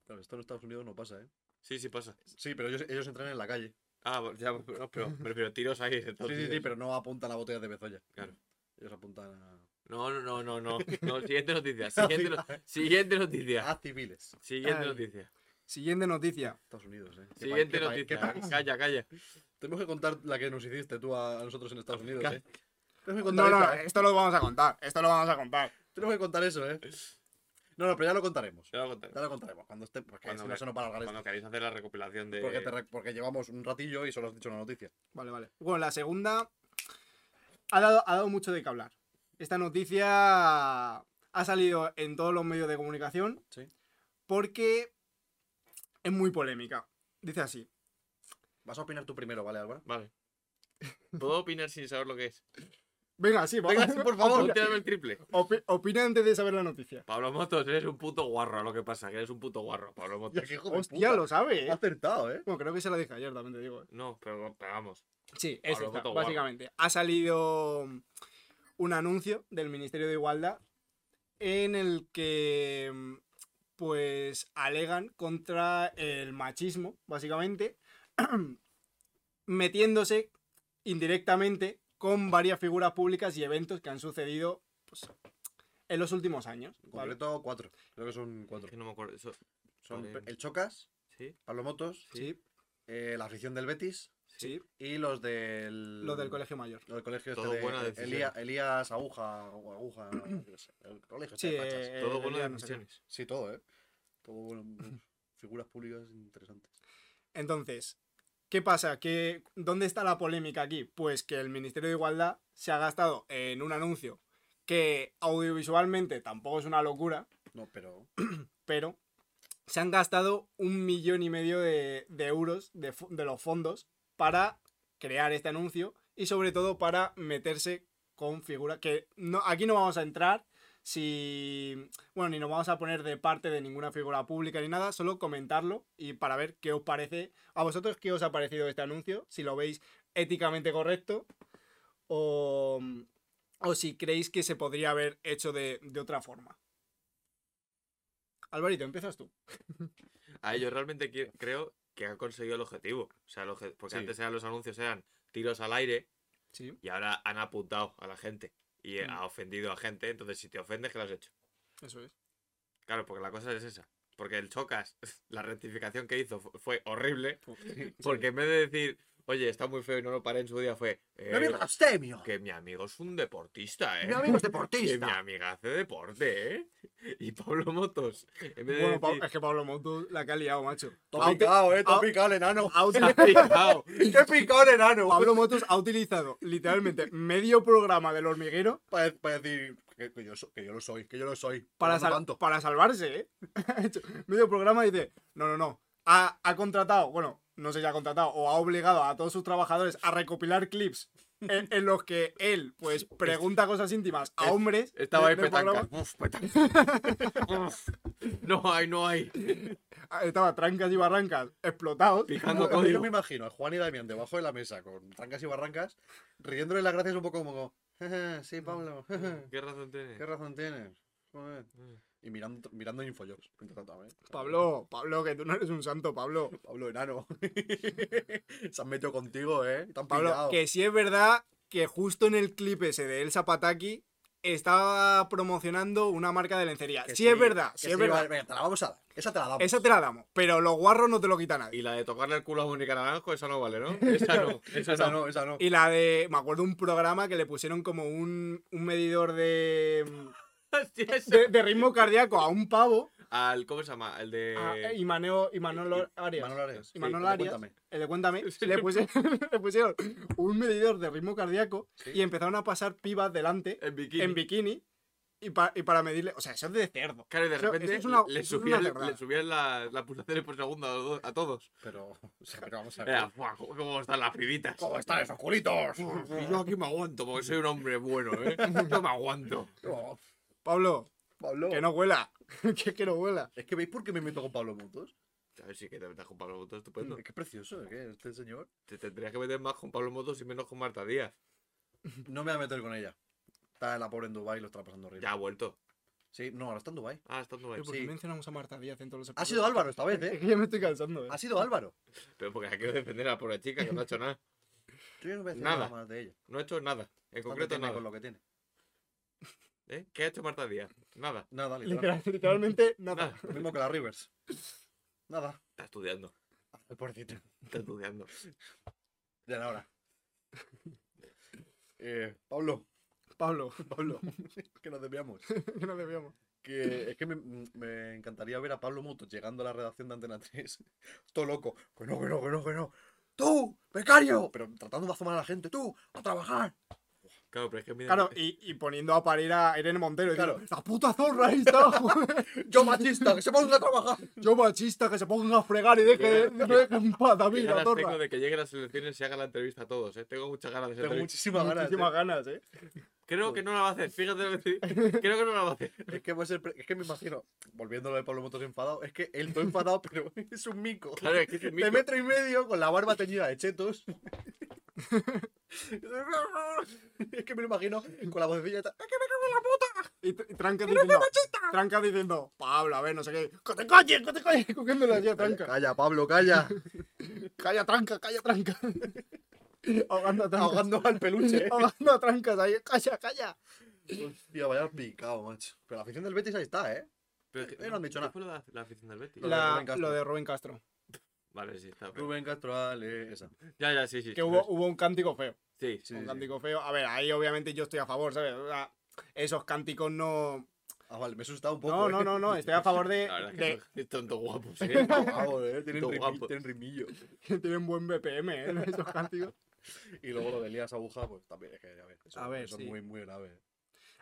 Claro, esto en Estados Unidos no pasa, ¿eh? Sí, sí pasa. Sí, pero ellos, ellos entran en la calle. Ah, ya, no, pero me refiero tiros ahí. Sí, entonces. sí, sí, pero no apuntan a botellas de bezoya. Claro. Ellos apuntan a, No, no, no, no, no. No, siguiente noticia. Siguiente, no- siguiente noticia. a civiles. Siguiente Ay. noticia. Siguiente noticia. Estados Unidos, ¿eh? Qué Siguiente pa- qué pa- qué noticia. país. Calla, calla. Tenemos que contar la que nos hiciste tú a, a nosotros en Estados Unidos, Ca- ¿eh? Tenemos que No, contar no, esa, ¿eh? esto lo vamos a contar, esto lo vamos a contar. Tenemos que contar eso, ¿eh? No, no, pero ya lo contaremos. Ya lo contaré. Ya lo contaremos. Cuando esté, porque Cuando si no me- se nos va a alargar esto. Cuando queréis hacer la recopilación de. Porque, te re- porque llevamos un ratillo y solo has dicho una noticia. Vale, vale. Bueno, la segunda ha dado, ha dado mucho de qué hablar. Esta noticia ha salido en todos los medios de comunicación Sí. porque es muy polémica. Dice así. Vas a opinar tú primero, ¿vale, Álvaro? Vale. ¿Puedo opinar sin saber lo que es? Venga, sí, Venga, sí, por favor. ¿Puedo tirarme el triple? Opi- opina antes de saber la noticia. Pablo Motos, eres un puto guarro a lo que pasa, que eres un puto guarro, Pablo Motos. Ya, qué hijo de Hostia, puta. lo sabe, Ha ¿eh? acertado, ¿eh? Bueno, creo que se la dije ayer, también te digo. ¿eh? No, pero, pero vamos. Sí, es Pablo esta, Coto Guarro. básicamente. Ha salido mm, un anuncio del Ministerio de Igualdad en el que mm, pues alegan contra el machismo, básicamente, metiéndose indirectamente con varias figuras públicas y eventos que han sucedido pues, en los últimos años. En ¿vale? concreto, cuatro. Creo que son cuatro. Que no me acuerdo. Eso- Son Vale. Pe- el Chocas, ¿Sí? Pablo Motos, Sí, eh, la afición del Betis sí, y los del... los del Mm. colegio mayor. Los del colegio este Todo de buena Elía- decisión. Elías, Aguja o Aguja, yo qué sé, el colegio este Sí, de fachas. eh, Todo bueno de no sé qué. misiones. Sí, todo, ¿eh? Todo bueno, mm, figuras públicas interesantes. Entonces, ¿qué pasa? ¿Qué, ¿Dónde está la polémica aquí? Pues que el Ministerio de Igualdad se ha gastado en un anuncio que audiovisualmente tampoco es una locura, No, pero... pero se han gastado un millón y medio de, de euros de, fo- de los fondos para crear este anuncio y sobre todo para meterse con figuras que no, aquí no vamos a entrar si bueno ni nos vamos a poner de parte de ninguna figura pública ni nada solo comentarlo y para ver qué os parece a vosotros qué os ha parecido este anuncio si lo veis éticamente correcto o, o si creéis que se podría haber hecho de, de otra forma Alvarito empiezas tú A ellos Ah, realmente qui- creo que han conseguido el objetivo. O sea, el obje- porque Sí. antes eran los anuncios eran tiros al aire sí y ahora han apuntado a la gente y eh, Mm. ha ofendido a gente. Entonces, si te ofendes, ¿qué lo has hecho? eso es Claro, porque la cosa es esa. Porque el Chocas, la rectificación que hizo fu- fue horrible. Porque en vez de decir, oye, está muy feo y no lo paré en su día, fue. eh, ¡Mi amigo Rastemio! que mi amigo es un deportista, ¿eh? ¡Mi amigo es Que mi deportista! amiga hace deporte, ¿eh? Y Pablo Motos, en vez de Bueno, Pa- decir, es que Pablo Motos la que ha liado, macho. Todo Ha uti- picado, eh, todo au- picado el enano. ha "Se ha uti- picado". ¡Qué picado el enano! Pablo Motos ha utilizado literalmente medio programa del hormiguero Para, decir que, que yo, so- que yo lo soy, que yo lo soy. pero para, no sal- tanto. para salvarse, ¿eh? Ha hecho medio programa y dice, no, no, no. Ha, ha contratado, bueno, no sé si ha contratado, o ha obligado a todos sus trabajadores a recopilar clips en, en los que él, pues, pregunta cosas íntimas a hombres. Estaba ahí del- del petanca. programa. Uf, petanca. Uf. No hay, no hay. Ah, Estaba trancas y barrancas, explotados. Picando Yo- Yo código. me imagino a Juan y Damián debajo de la mesa con trancas y barrancas, riéndole las gracias un poco como, "Jeje, Mm. sí, Pablo, jeje, ¿Qué razón tiene? ¿qué razón tienes? Joder". Y mirando, mirando Infojobs. mientras tanto, ¿eh? Mm. Pablo, Pablo, que tú no eres un santo, Pablo. Pablo Enano. Se han metido contigo, ¿eh? Te han Pablo, pillado. que sí es verdad que justo en el clip ese de Elsa Pataki estaba promocionando una marca de lencería. Que sí, es verdad, que sí es verdad. Venga, te la vamos a dar. Esa te la damos. Esa te la damos, pero los guarros no te lo quita nadie. Y la de tocarle el culo a Mónica Naranjo, esa no vale, ¿no? Esa no, esa no. Esa no, esa no. Y la de. Me acuerdo un programa que le pusieron como un, un medidor de, Hostia, esa- de. de ritmo cardíaco a un pavo. Al, ¿Cómo se llama? El de... a- y Maneo, y Manolo Arias. Manolo Arias. y sí, Manolo cuéntame, Arias, cuéntame. el de Cuéntame, le, puse- le pusieron un medidor de ritmo cardíaco Sí. y empezaron a pasar pibas delante En bikini. en bikini y, pa- y para medirle. O sea, eso es de cerdo. Claro, y de Eso- eso repente es una- le eso es subían, una cerrada. le subían la- las pulsaciones por segundo a, los dos- a todos. Pero, o sea, pero vamos a ver. Era, "Buah, ¿cómo- ¿cómo están las pibitas? ¿Cómo están esos culitos? Y Yo aquí me aguanto, porque soy un hombre bueno, ¿eh? Yo me aguanto. Oh, Pablo, Pablo. que no huela. que, que no huela. Es que veis por qué me meto con Pablo Motos. A ver, sí que te metas con Pablo Motos, estupendo. Es que es precioso, ¿eh? que Este señor. Te tendrías que meter más con Pablo Motos y menos con Marta Díaz. No me voy a meter con ella. Está la pobre en Dubai y lo está pasando horrible. Ya ha vuelto. Sí, no, ahora está en Dubai. Ah, está en Dubai. Oye, ¿Por qué Pues sí. mencionamos a Marta Díaz en todos los Ha episodios? sido Álvaro esta vez, Es ¿eh? que ya me estoy cansando. eh. Ha sido Álvaro. Pero porque hay que defender a la pobre chica, que no ha hecho nada. Yo ya no voy a decir Nada. nada más de ella. No ha hecho nada. En Bastante concreto, tiene nada. Con lo que tiene. ¿Eh? ¿Qué ha hecho Marta Díaz? Nada. Nada, literal. Literal- literalmente nada. Nada. Lo mismo que la Rivers. Nada. Está estudiando. Ay, pobrecito. Está estudiando. Ya era hora. Eh, Pablo, Pablo, Pablo, que nos desviamos. que no debíamos. Que es que me, me encantaría ver a Pablo Motos llegando a la redacción de Antena 3. Todo loco. Que no, que no, que no, que no. ¡Tú, becario! Pero tratando de azumar a la gente. ¡Tú, a trabajar! Claro, pero es que mira. Claro, y, y poniendo a parir a Irene Montero. y Claro. diciendo, la puta zorra ahí está, joder. ¡Yo machista, que se ponga a trabajar! Yo machista, que se ponga a fregar y deje, no deje en paz a mí, Qué la ganas tengo zorra. de que lleguen las elecciones y hagan la entrevista a todos, ¿eh? Tengo muchas ganas de esa Tengo entrevista. muchísimas ganas. Muchísimas eh. ganas, eh. Creo que no la va a hacer, fíjate lo que te digo. Creo que no la va a hacer. Es que, va a ser pre- es que me imagino, volviendo a lo de Pablo Motos enfadado, es que él no enfadado, pero es un mico. Claro, es que es un de mico. metro y medio, con la barba teñida de chetos. es que me lo imagino con la vocecilla esta, ¡Es que me cago en la puta! Y, tr- y Tranca diciendo, Tranca diciendo, Pablo, a ver, no sé qué. ¡Que te calles, que te calles! Cogiéndole así a Calla, Tranca. calla, Pablo, calla. Calla, Tranca, calla, Tranca. Ahogando a Tranca. Ahogando al peluche. Ahogando a Trancas ahí. Calla, calla. Hostia, vaya picado, macho. Pero la afición del Betis ahí está, ¿eh? Pero es que- Eh, no han dicho ¿qué nada. fue la, la afición del Betis? Lo de La- Rubén Castro. lo de Rubén Castro. Vale, sí, está. pero- Rubén Castro, Ale, esa. Ya, ya, sí, sí. Que sí, hubo, hubo un cántico feo. Sí, sí. Sí, un sí. cántico feo. A ver, ahí obviamente yo estoy a favor, ¿sabes? O sea, esos cánticos no. Ah, vale, me he asustado un poco. No, no, ¿eh? no, no. Estoy a favor de. La verdad es que de- son gente tonto guapos, ¿eh? Guau, eh, tienen, Todo rimi- guapo. tienen rimillo. que tienen buen BPM, ¿eh? Esos cánticos. Y luego lo de Elías Aguja, pues también es que, a ver, eso, A ver, eso sí. es muy, muy grave.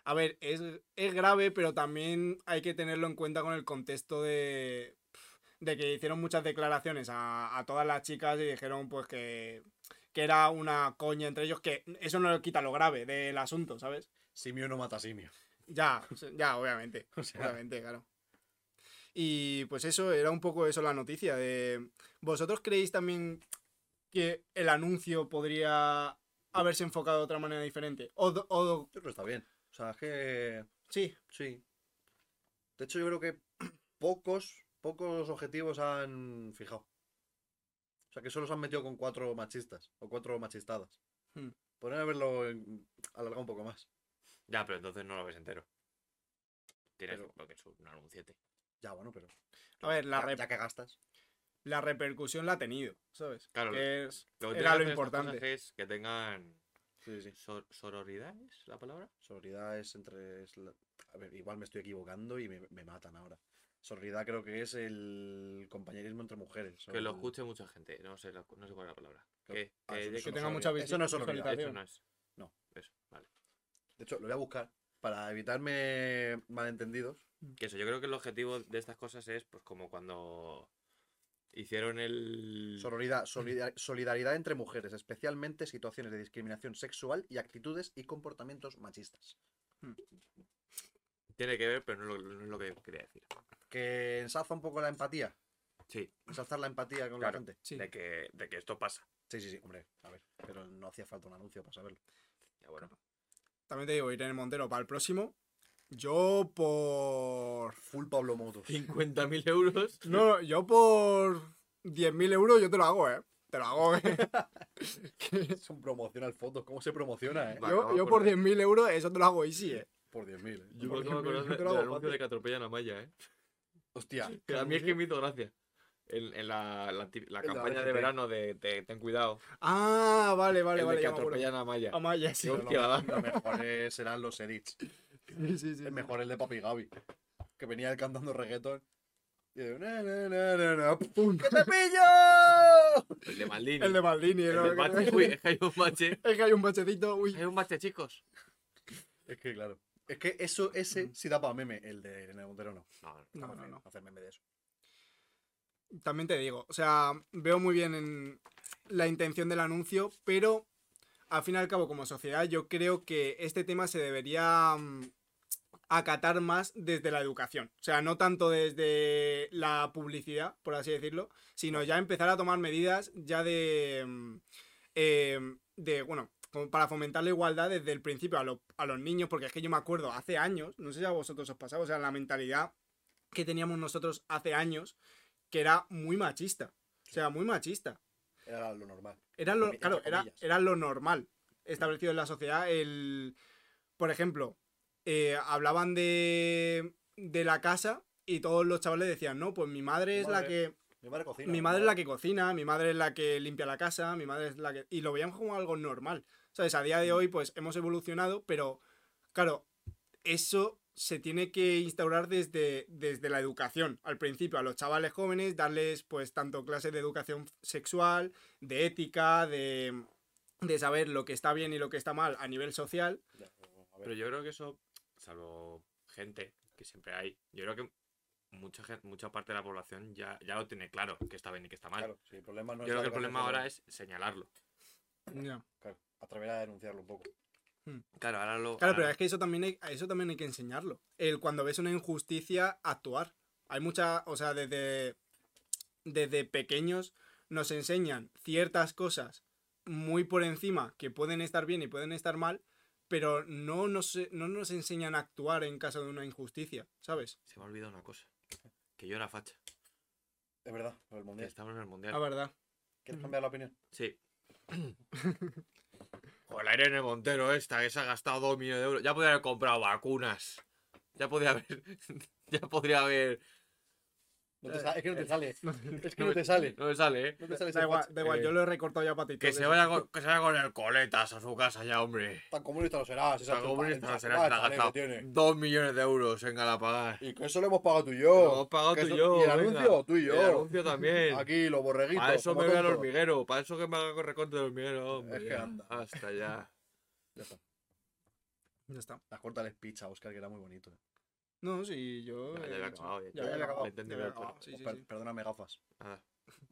A ver, es, es grave, pero también hay que tenerlo en cuenta con el contexto de. de que hicieron muchas declaraciones a, a todas las chicas y dijeron, pues, que. que era una coña entre ellos, que eso no le quita lo grave del asunto, ¿sabes? Simio no mata simio. Ya, ya, obviamente. O sea, Obviamente, claro. Y pues eso, era un poco eso la noticia de... ¿Vosotros creéis también que el anuncio podría haberse enfocado de otra manera diferente? O, do- o do- yo creo que está bien. O sea, es que sí, Sí. De hecho, yo creo que pocos, pocos objetivos han fijado. O sea, que solo se han metido con cuatro machistas o cuatro machistadas. Hmm. Podrían haberlo en- alargado un poco más. Ya, pero entonces no lo ves entero. Tienes Pero- lo que es un anunciete. Ya, bueno, pero a ver, la, ya, re- ya que gastas. la repercusión la ha tenido, ¿sabes? Claro, Que es- Lo que Era tienen lo que hacer estas importante. cosas Es que tengan Sí, sí. sor- sororidad, ¿es la palabra? Sororidad es entre... es la- A ver, igual me estoy equivocando y me, me matan ahora. Sororidad creo que es el compañerismo entre mujeres. o Que lo el- escuche mucha gente. No sé, la- no sé cuál es la palabra. Creo- Que, ah, que eso- llegue- eso que no tenga es mucha sororidad. Eso no es visi- sororidad. visualización. Eso no es. No. Eso, vale. De hecho, lo voy a buscar para evitarme malentendidos. Que eso, yo creo que el objetivo de estas cosas es, pues, como cuando hicieron el. Sororidad, solida- solidaridad entre mujeres, especialmente situaciones de discriminación sexual y actitudes y comportamientos machistas. Tiene que ver, pero no es lo, no es lo que quería decir. Que ensalza un poco la empatía, Sí, ensalzar la empatía con Claro. la gente. Sí. De, que, de que esto pasa. Sí, sí, sí, hombre, a ver, pero no hacía falta un anuncio para saberlo. Ya, bueno. También te digo, Irene Montero, para el próximo, yo por... Full Pablo Motos. 50.000 euros. No, no, yo por 10.000 euros yo te lo hago, ¿eh? Te lo hago, ¿eh? Son promocional fotos, ¿cómo se promociona, eh? Va, yo acabo yo por por ver. 10.000 euros eso te lo hago easy, ¿eh? Por 10.000. ¿eh? Yo Por creo que me acuerdo ejemplo, yo te del lo hago anuncio fácil. de que atropellan a Maya, ¿eh? Hostia, Que a mí es que me hizo gracia. En, en la, la ti- la En la campaña de DGT. verano de, de Ten cuidado, Ah, vale, el vale, de vale. que ya me acuerdo. atropellan a Maya. Ah, Maya, sí. Yo- pero Hostia, los, los mejores serán los edits. Sí, sí, sí. El mejor el de Papi Gaby. Que venía él cantando reggaeton. Y de, "Na, na, na, na, na, ¡pum! ¡Que te pillo! El de Maldini. El de Maldini. El ¿no? de Bache. Uy, es que hay un bache. Es que hay un bachecito, uy. Hay un bache, chicos. Es que claro. Es que eso, ese sí da para meme, el de Elena Montero no. No, no. No, Está no, bien no. Hacer meme de eso. También te digo, o sea, veo muy bien en la intención del anuncio, pero al fin y al cabo, como sociedad, yo creo que este tema se debería mm, acatar más desde la educación. O sea, no tanto desde la publicidad, por así decirlo, sino ya empezar a tomar medidas ya de. mm, eh, de, bueno, como para fomentar la igualdad desde el principio a, lo- a los niños, porque es que yo me acuerdo hace años, no sé si a vosotros os pasaba, o sea, la mentalidad que teníamos nosotros hace años, que era muy machista. O sea, muy machista. Era lo normal. Era lo, Entre claro, era, comillas. era lo normal establecido en la sociedad. El, por ejemplo, eh, hablaban de, de la casa y todos los chavales decían, no, pues mi madre es la Madre. que... Mi madre cocina. Mi madre es la que cocina, mi madre es la que limpia la casa, mi madre es la que... Y lo veíamos como algo normal. ¿Sabes? A día de hoy, pues hemos evolucionado, pero claro, eso se tiene que instaurar desde, desde la educación. Al principio, a los chavales jóvenes, darles pues tanto clases de educación sexual, de ética, de, de saber lo que está bien y lo que está mal a nivel social. Ya, pero, a ver, Pero yo creo que eso, salvo gente, que siempre hay, yo creo que mucha, gen- mucha parte de la población ya, ya lo tiene claro, que está bien y que está mal. claro, sí, el problema no yo es creo la que el problema ahora educación, es señalarlo. Claro, atrever a denunciarlo un poco. Claro, ahora lo... Claro, ahora- pero es que eso también hay, a eso también hay que enseñarlo. El cuando ves una injusticia, actuar. Hay mucha, o sea, desde, desde pequeños nos enseñan ciertas cosas muy por encima que pueden estar bien y pueden estar mal, pero no nos, no nos enseñan a actuar en caso de una injusticia, ¿sabes? Se me ha olvidado una cosa. Que yo era facha. Es verdad, por el Que mundial. estamos en el mundial. La verdad. ¿Quieres Ujú. cambiar la opinión? Sí. Joder, la Irene Montero esta, que se ha gastado dos millones de euros. Ya podría haber comprado vacunas. Ya podría haber... ya podría haber... No te Eh, sa- es que no te sale. Es que no no te sale. No me sale, ¿eh? No te sale Da ese igual, facha. da igual, eh, yo lo he recortado ya para ti. Que se, vaya con, que se vaya con el coletas a su casa ya, hombre. Tan comunista no serás. esa Esa chupa- comunista esa no será que se chupacha, ha ¿eh? que gastado tiene. dos millones de euros en Galapagar. Y que eso lo hemos pagado tú y Lo hemos yo. pagado que tú y eso- yo. y el venga. anuncio, tú y yo. El anuncio también. Aquí, los borreguitos. Para eso como me voy al tontos. hormiguero. Para eso que me haga recorte del hormiguero, hombre. Es que ya. anda. Hasta ya. Ya está. Ya está. Las cortas les picha, Oscar, que era muy bonito. No, sí, yo... Ya, ya eh, había acabado, ya. ya había acabado, He entendido ya había el tono. acabado, sí, Oh, sí, per- sí. Perdóname, gafas. Nada.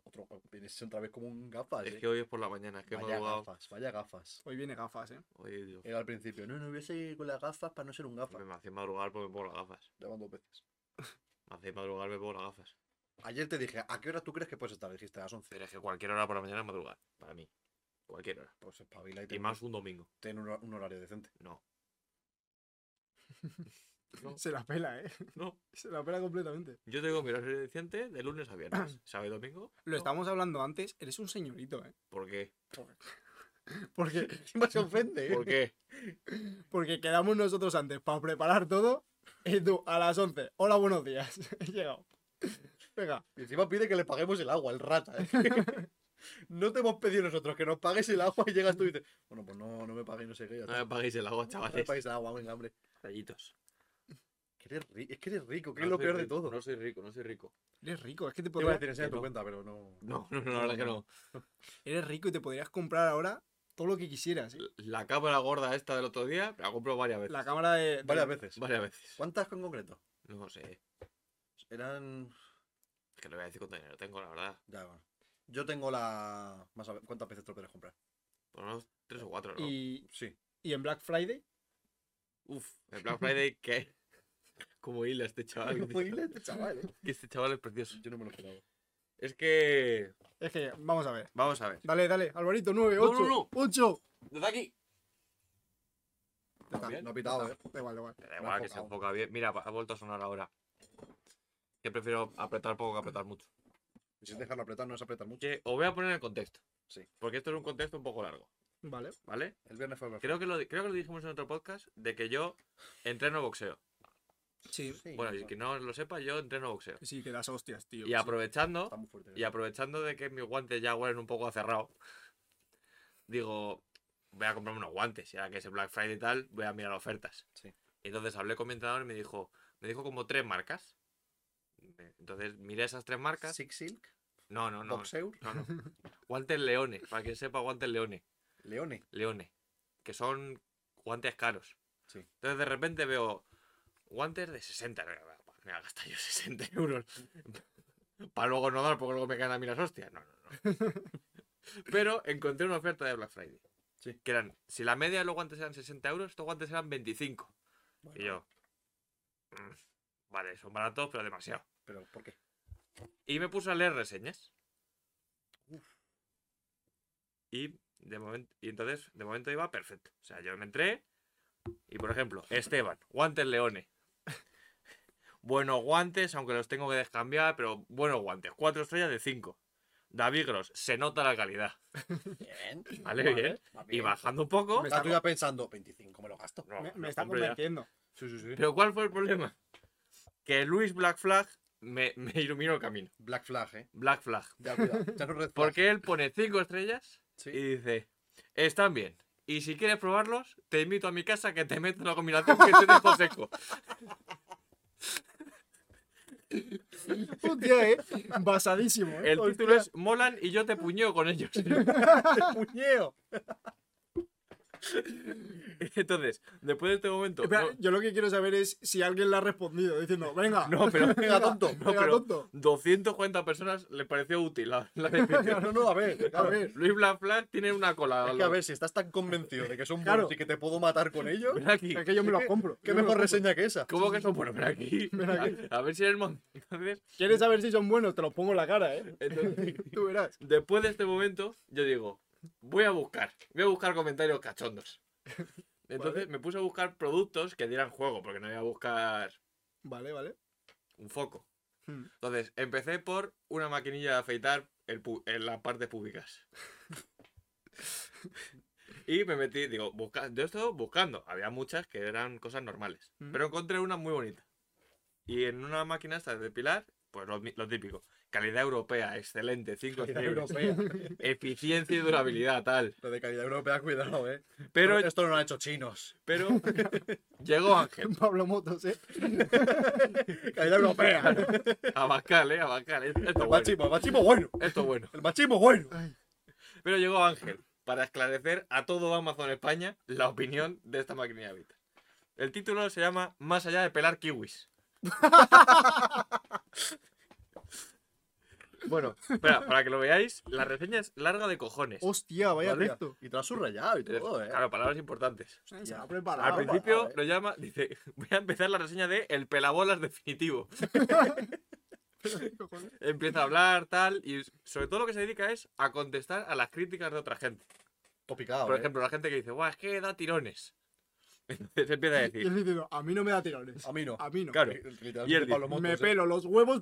Otro, vienes otra vez como un gafas. Ah, Es eh. que hoy es por la mañana. Es que me he Vaya madrugado. gafas, vaya gafas. Hoy viene gafas, ¿eh? Oye, Dios. Era al principio, no, no voy a seguir con las gafas para no ser un gafa. Me hacía madrugar porque me pongo las gafas. Llaman dos veces. Me hacía madrugar, me pongo las gafas. Ayer te dije, ¿a qué hora tú crees que puedes estar? Dijiste a las 11. Pero es que cualquier hora por la mañana es madrugar. Para mí. Cualquier hora. Pues espabila y Y ten, más un domingo. ten un, hor- un horario decente. No. Se la pela, ¿eh? No. Se la pela completamente. Yo tengo mi horario decente de lunes a viernes. ¿Sabe domingo? Lo No. estábamos hablando antes, eres un señorito, ¿eh? ¿Por qué? Porque, Encima se ofende, ¿eh? ¿Por qué? porque quedamos nosotros antes para preparar todo y tú a las 11. Hola, buenos días. He llegado. Venga, Y encima pide que le paguemos el agua, el rata. ¿eh? no te hemos pedido nosotros que nos pagues el agua y llegas tú y dices, bueno, pues no, no me paguéis, no sé qué. Ya No está. me paguéis el agua, No me chavales. paguéis el agua, venga, hombre. Rayitos. Que eres ri- es que eres rico, que No es lo soy peor de rico, todo. Pues No soy rico, no soy rico. eres rico, es que te Te iba a podrías, decir, enseña que tu no. cuenta, pero no. No, no, no, la verdad que no. eres rico y te podrías comprar ahora todo lo que quisieras. ¿eh? La cámara gorda esta del otro día, la compro varias veces. La cámara de, de- Varias veces. Varias veces. ¿Cuántas en concreto? No sé. Es Eran. que no voy a decir cuánto dinero tengo, la verdad. Ya, bueno. Yo tengo la. Más a ver, ¿Cuántas veces te lo puedes comprar? Por unos tres o cuatro, ¿no? y, Sí. y en Black Friday. Uf, el Black Friday, ¿qué? Como hila este chaval. Como hila este chaval, eh. Que este chaval es precioso. Yo no me lo esperaba. Es que. Es que, vamos a ver. Vamos a ver. Dale, dale, Alvarito, 9, No, 8, no, no. 8. Desde aquí. Ya está, No ha pitado, eh. Da igual, da igual. Me Da Me ha igual que se enfocado. enfoca bien. Mira, ha vuelto a sonar ahora. Que prefiero apretar poco que apretar mucho. Y Si es dejarlo apretar, no es apretar mucho. Que os voy a poner en contexto. Sí. Porque esto es un contexto un poco largo. Vale. ¿vale? El viernes fue el mejor. Creo que, lo, creo que lo dijimos en otro podcast de que yo entreno boxeo. Sí. Sí, Bueno, no y sé, que no lo sepa, yo entreno boxeo. Sí, que das hostias, tío. Y sí. aprovechando, está muy fuerte. y aprovechando de que mis guantes ya huelen un poco a cerrado, digo, voy a comprarme unos guantes. Y ahora que es el Black Friday y tal, voy a mirar ofertas. Sí. Y entonces hablé con mi entrenador y me dijo, me dijo como tres marcas. Entonces miré esas tres marcas. Six Silk, No, no, no. Boxeur, no, no. Guantes leones, para que sepa guantes leones. Leone. leones, que son guantes caros. Sí. Entonces de repente veo guantes de 60. Me voy a gastar yo 60 euros. Para luego no dar, porque luego me caen a mí las hostias. No, no, no. Pero encontré una oferta de Black Friday. Sí. Que eran, si la media de los guantes eran 60 euros, estos guantes eran 25. Bueno, Y yo, "Mm, vale, son baratos, pero demasiado. Pero, ¿por qué? Y me puse a leer reseñas. Uf. Y de momento. Y entonces, de momento iba perfecto. O sea, yo me entré. Y por ejemplo, Esteban, guantes leones. buenos guantes, aunque los tengo que descambiar, pero buenos guantes. Cuatro estrellas de cinco. David Gross, se nota la calidad. Bien. Vale, bien. va Y bien. bajando un poco. Me Estaba yo pensando, 25 me lo gasto. No, Me, lo me está compro ya. convenciendo. Sí, sí, sí. Pero ¿cuál fue el problema? Que Luis Black Flag me, me iluminó el camino. Black Flag, ¿eh? Black Flag. Ya, cuidado. Ya no red flag. Porque él pone cinco estrellas Sí. y dice, están bien. Y si quieres probarlos, te invito a mi casa que te meto una combinación que te dejo seco. Hostia, eh. Basadísimo, eh. El título es Molan y yo te puñeo con ellos. ¡Puñeo! Entonces, después de este momento... Espera, no- yo lo que quiero saber es si alguien le ha respondido diciendo, venga, no, pero Venga, tonto. No, venga, pero- tonto. 240 personas le pareció útil la, la definición. No, no, a ver, a ver. Luis Black Flag tiene una cola. Es que a ver, si estás tan convencido de que son Claro. buenos y que te puedo matar con ellos, Ven aquí. Es que yo me los compro. ¿qué yo me los mejor compro. reseña que esa? ¿Cómo que son buenos? Ven aquí. Ven aquí. A, a ver si eres mon- Entonces, ¿Quieres saber si son buenos? Te los pongo en la cara, eh. entonces, Tú verás. después de este momento, yo digo, voy a buscar, voy a buscar comentarios cachondos. Entonces me puse a buscar productos que dieran juego, porque no iba a buscar Vale, vale. un foco. Hmm. Entonces empecé por una maquinilla de afeitar el pu- en las partes públicas. y me metí, digo, busca yo estaba buscando. Había muchas que eran cosas normales, Hmm. pero encontré una muy bonita. Y en una máquina esta de depilar, pues lo, mi- lo típico. Calidad europea, excelente, 5 Calidad estrellas. europea. Eficiencia y durabilidad, tal. Lo de calidad europea, cuidado, eh. Pero, esto no lo han hecho chinos. pero llegó Ángel. Pablo Motos, eh. Calidad europea. Abascal, eh, Abascal. Esto es El bueno. machismo, el machismo bueno. Esto es bueno. El machismo bueno. Pero llegó Ángel para esclarecer a todo Amazon España la opinión de esta maquinilla Vita. El título se llama Más allá de pelar kiwis. bueno, espera, para que lo veáis, la reseña es larga de cojones. Hostia, vaya Vale. resto. Y te lo has subrayado y Es- todo, eh. Claro, palabras importantes. Se ha Al preparado. vale. principio vale. lo llama, dice, voy a empezar la reseña de El pelabolas definitivo. cojones. Empieza a hablar, tal, y sobre todo lo que se dedica es a contestar a las críticas de otra gente. Topicado, Por eh. ejemplo, la gente que dice, guau, es que da tirones. Entonces empieza a Y él decir, diciendo, a mí no me da tirones. eh. A mí no. A mí no. Oh, claro. Y él Literalmente dice, Pablo Motos. me eh. pelo los huevos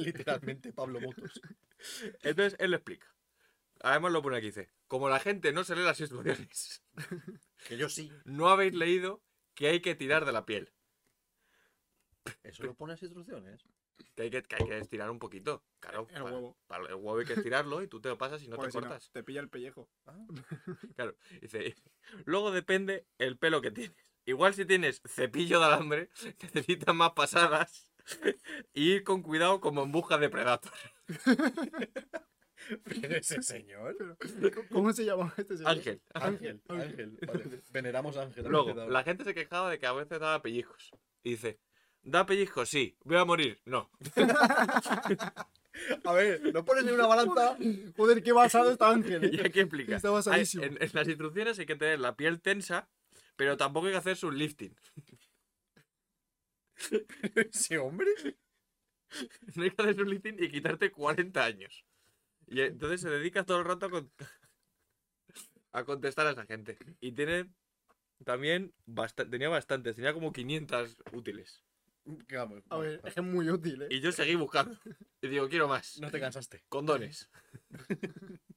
Literalmente Pablo Motos. Entonces él lo explica. Además lo pone aquí, dice, como la gente no se lee las instrucciones, Que yo sí. no habéis leído que hay que tirar de la piel. Eso lo pones instrucciones. Que hay que, que hay que estirar un poquito. Claro, El para- huevo. para el huevo hay que estirarlo y tú te lo pasas y no Porque te si cortas. te pilla el pellejo. Claro. Dice, luego depende el pelo que tienes. Igual si tienes cepillo de alambre, necesitas más pasadas y ir con cuidado como en busca de predator. ¿Quién es ese señor? ¿Cómo se llama este señor? Ángel. Ángel, Ángel. Vale. Veneramos a Ángel. Luego, Ángel, la gente se quejaba de que a veces daba pellizcos. Y dice, da pellizcos, sí, voy a morir. No. A ver, lo pones en una balanza. Joder, qué basado está Ángel. Y eh. aquí explica. Está hay- basadísimo. en, en las instrucciones hay que tener la piel tensa, pero tampoco hay que hacer sus lifting. ¿Ese hombre? No hay que hacer sus lifting y quitarte 40 años. Y entonces se dedica todo el rato a, con- a contestar a esa gente. Y tiene también basta- tenía bastantes, tenía como 500 útiles. Vamos, A ver, vamos. es que es muy útil, eh. Y yo seguí buscando. Y digo, quiero más. No te cansaste. Condones.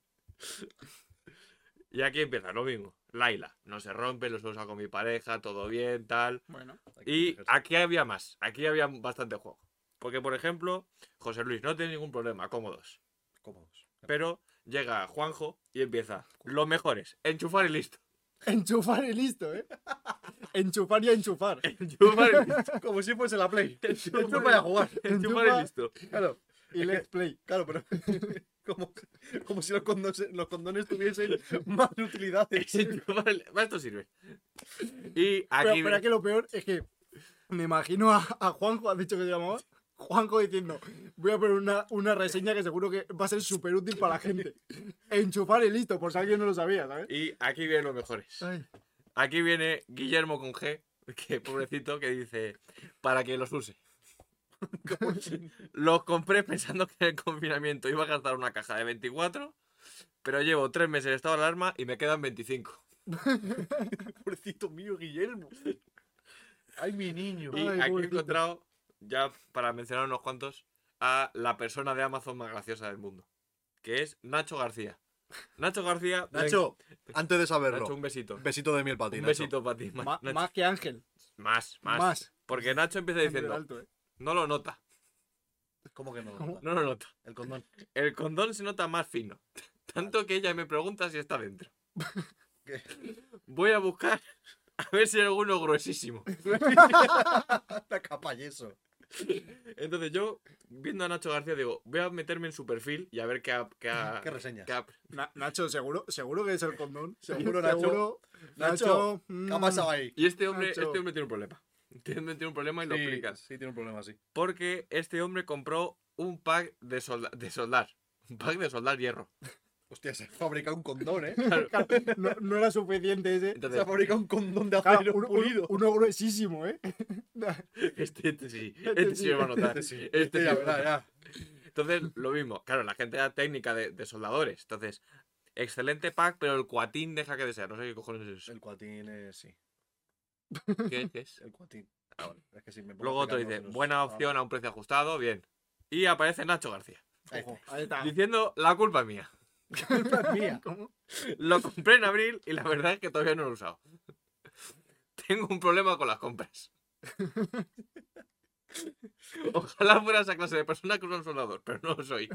Y aquí empieza lo mismo. Laila, no se rompe, los he usado con mi pareja, todo bien, tal. Bueno, Hay que Y protegerse. aquí había más, aquí había bastante juego. Porque, por ejemplo, José Luis no tiene ningún problema, cómodos. Cómodos. Pero llega Juanjo y empieza. Los mejores, enchufar y listo. enchufar y listo, ¿eh? Enchufar y a enchufar. Enchufar y listo. Como si fuese la Play. Enchufa- Enchufa para jugar. Enchufar y listo. Claro, Y let's play. claro, pero. Como, como si los condones, los condones tuviesen más utilidades. Enchufar y- Para esto sirve. Y Pero, aquí. pero es que lo peor es que me imagino a, a Juanjo, has dicho que se llamaba. Juanjo diciendo, voy a poner una, una reseña que seguro que va a ser súper útil para la gente. Enchufar y listo, por si alguien no lo sabía, ¿sabes? Y aquí vienen los mejores. Ay, Aquí viene Guillermo con G, que pobrecito, que dice, para que los use. los compré pensando que en el confinamiento iba a gastar una caja de 24, pero llevo tres meses en estado de alarma y me quedan 25. Pobrecito mío, Guillermo. Ay, mi niño. Y Ay, aquí he pobrecito. encontrado, ya para mencionar unos cuantos, a la persona de Amazon más graciosa del mundo, que es Nacho García. Nacho García, Nacho, antes de ven- saberlo, Nacho, un besito. besito de miel para ti, Un Nacho. besito para ti, ma- Ma- Nacho. más que Ángel. más, más, más. Porque Nacho empieza Ángel del diciendo, Alto, ¿eh? no lo nota, ¿Cómo que no? ¿Cómo? no lo nota. El condón. El condón se nota más fino. Tanto que ella me pregunta si está dentro. ¿Qué? Voy a buscar a ver si hay alguno gruesísimo. La capa y eso. Entonces yo, viendo a Nacho García, digo, voy a meterme en su perfil y a ver qué ha... Qué, ha- ¿Qué reseñas? qué ha- Na- Nacho, seguro, seguro que es el condón. Seguro, Nacho. Nacho, ¿Qué ha mm, pasado ahí? Y este hombre, Nacho. este hombre tiene un problema. Este hombre tiene un problema y lo explica. sí, tiene un problema, sí. Porque este hombre compró un pack de, solda- de soldar. Un pack de soldar hierro. Hostia, se ha fabricado un condón, ¿eh? claro, no, no era suficiente ese. Se ha Entonces, fabricado un condón de acero Claro, uno, uno- pulido. uno gruesísimo, ¿eh? este, este sí, este sí me va a notar. Este, Este, sí ya, me va a notar. verá, ya. Entonces, lo mismo. Claro, la gente da técnica de, de soldadores. Entonces, excelente pack, pero el cuatín deja que desear. No sé qué cojones es. eso. El cuatín es, sí. ¿Qué es? El cuatín. Ah, vale. Es que sí, me pongo Luego otro explicando, dice, se nos- buena ah, opción a un precio ajustado, bien. Y aparece Nacho García, ahí está. Ojo, ahí Ah. está. diciendo, la culpa es mía. Culpa es mía. ¿Cómo? Lo compré en abril y la verdad es que todavía no lo he usado. Tengo un problema con las compras. Ojalá fuera esa clase de persona que usa un soldador, pero no lo soy.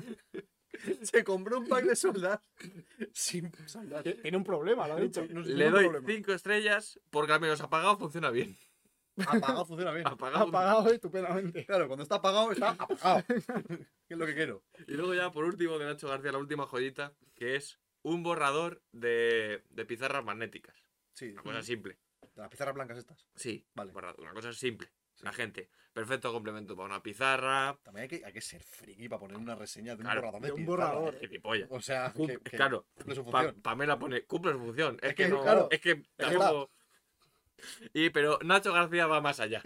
Se compró un pack de soldar sin soldar. Tiene un problema, lo ha dicho. No sé, Le no- doy problema. 5 estrellas porque al menos apagado funciona bien. Apagado funciona bien. Apagado, Apagado estupendamente. Claro, cuando está apagado, está apagado. Que es lo que quiero. Y luego ya por último de Nacho García, la última joyita, que es un borrador de, de pizarras magnéticas. Sí, mm, Una cosa de simple. las pizarras blancas estas. Sí, Vale. borrador, una cosa simple. Sí. La gente, perfecto complemento para una pizarra. También hay que, hay que ser friki para poner una reseña de un Claro, borrador de de un pizarra. borrador. Gilipollas. O sea, Cum- que, que claro, cumple su Pa- función. Pamela pone, cumple su función. Es, Es que, que, no, claro, es que está. tampoco- Y pero Nacho García va más allá.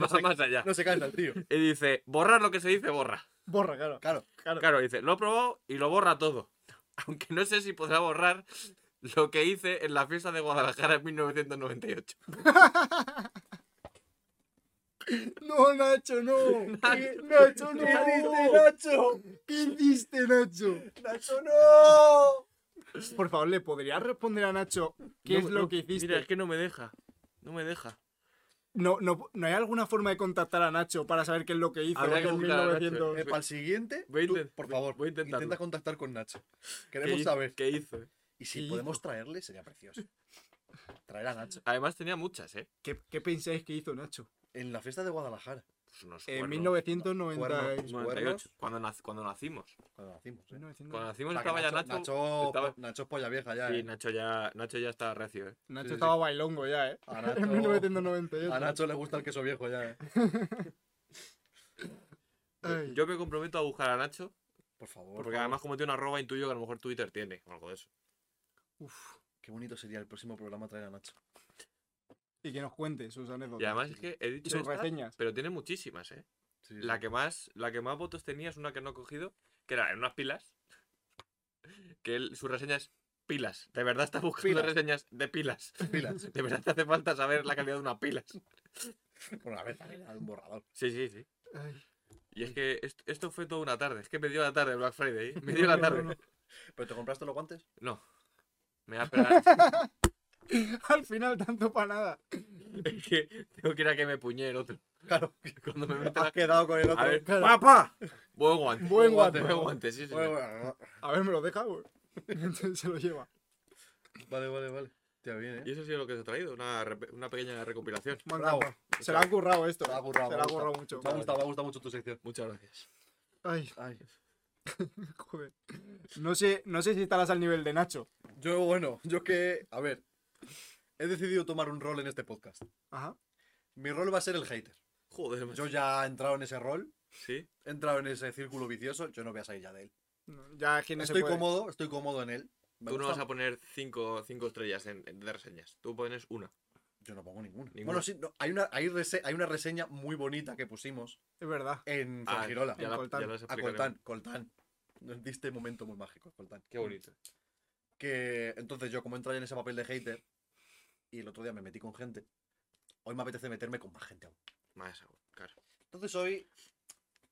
Va sé- más allá. No se cansa el tío. Y dice, borrar lo que se dice, borra. Borra, claro. Claro, claro. Claro, dice, lo he probado y lo borra todo. Aunque no sé si podrá borrar lo que hice en la fiesta de Guadalajara en 1998. No, Nacho, no. Nacho. Nacho, no. ¿Qué hiciste, Nacho? ¿Qué hiciste, Nacho? ¡Nacho, no! Por favor, ¿le podrías responder a Nacho qué No, es lo no, que hiciste? Mira, es que no me deja. No me deja. no, no, ¿No hay alguna forma de contactar a Nacho para saber qué es lo que hizo Habrá que en buscar a Nacho, 1900? Eh, para el siguiente, Voy a tú, intent- por favor, voy a intentarlo. intenta contactar con Nacho. ¿Qué Queremos hizo? saber. ¿Qué hizo? Y ¿Qué si hizo? podemos traerle, sería precioso. Traer a Nacho. Además tenía muchas, ¿eh? ¿Qué, ¿Qué pensáis que hizo Nacho? En la fiesta de Guadalajara. Pues unos En cuernos. 1990. Cuernos. 98, cuando, nac- cuando nacimos. Cuando nacimos, ¿eh? 1990. Cuando nacimos O sea, que estaba ya Nacho. Nacho, estaba- Nacho es polla vieja ya. Sí, ¿eh? Nacho ya, Nacho ya estaba recio, ¿eh? Nacho Sí, sí, estaba bailongo ya, ¿eh? A En Nacho, 1998. a Nacho le gusta el queso viejo ya. ¿eh? Ay. Yo me comprometo a buscar a Nacho, Por favor. porque además como tiene una arroba intuyo que a lo mejor Twitter tiene o algo de eso. Uf. Qué bonito sería el próximo programa traer a Nacho. Y que nos cuente sus anécdotas. Y además es que he y dicho sus esta, reseñas. pero tiene muchísimas, ¿eh? Sí, sí, La sí. que más, la que más votos tenía es una que no he cogido, que era en unas pilas. Que él- su reseña es pilas. De verdad está buscando Pilas. reseñas de pilas. Pilas. De verdad te hace falta saber la calidad de unas pilas. Bueno, a ver, dale, dale un borrador. Sí, sí, sí. Ay. Y es que est- esto fue toda una tarde. Es que me dio la tarde Black Friday. ¿eh? Me dio la No, no, tarde. no. ¿Pero te compraste los guantes? No. Me da pena. Al final, tanto para nada. es que tengo que ir a que me puñe el otro. Claro, Cuando me meta has la... quedado con el otro. A ver, claro. ¡Papá! Buen guante. Buen guante. Buen guante, sí, sí. Bueno, bueno, A ver, me lo deja, güey. Entonces se lo lleva. Vale, vale, vale. Tía, bien, Y ¿eh? eso ha sido lo que os he traído, una, rep- una pequeña recopilación. Me ha Bravo. encantado. Se le ha currado esto. Se la ha currado, me Se la ha gusta. currado mucho. Me ha gustado, me ha gustado mucho tu sección. Muchas gracias. Ay, Ay. joder. No sé, no sé si estarás al nivel de Nacho. Yo, bueno, yo que. A ver. He decidido tomar un rol en este podcast. Ajá. Mi rol va a ser el hater. Joder, macho. Yo ya he entrado en ese rol, Sí. he entrado en ese círculo vicioso, yo no voy a salir ya de él. No, Ya es que no se Estoy puede. cómodo, estoy cómodo en él. Me Tú no gusta- vas a poner cinco, cinco estrellas en, en- de reseñas. Tú pones una. Yo no pongo ninguna. Ninguna. Bueno, sí, no, hay, una, hay, rese- hay una reseña muy bonita que pusimos Es verdad. en Ah, Girola. ya, la, Coltán. ya las A explicaremos. Coltán, Coltán. Nos diste momento muy mágico, Coltán. Qué bonito. Que entonces yo, como entré en ese papel de hater, y el otro día me metí con gente, hoy me apetece meterme con más gente aún. Más agua, claro. Entonces hoy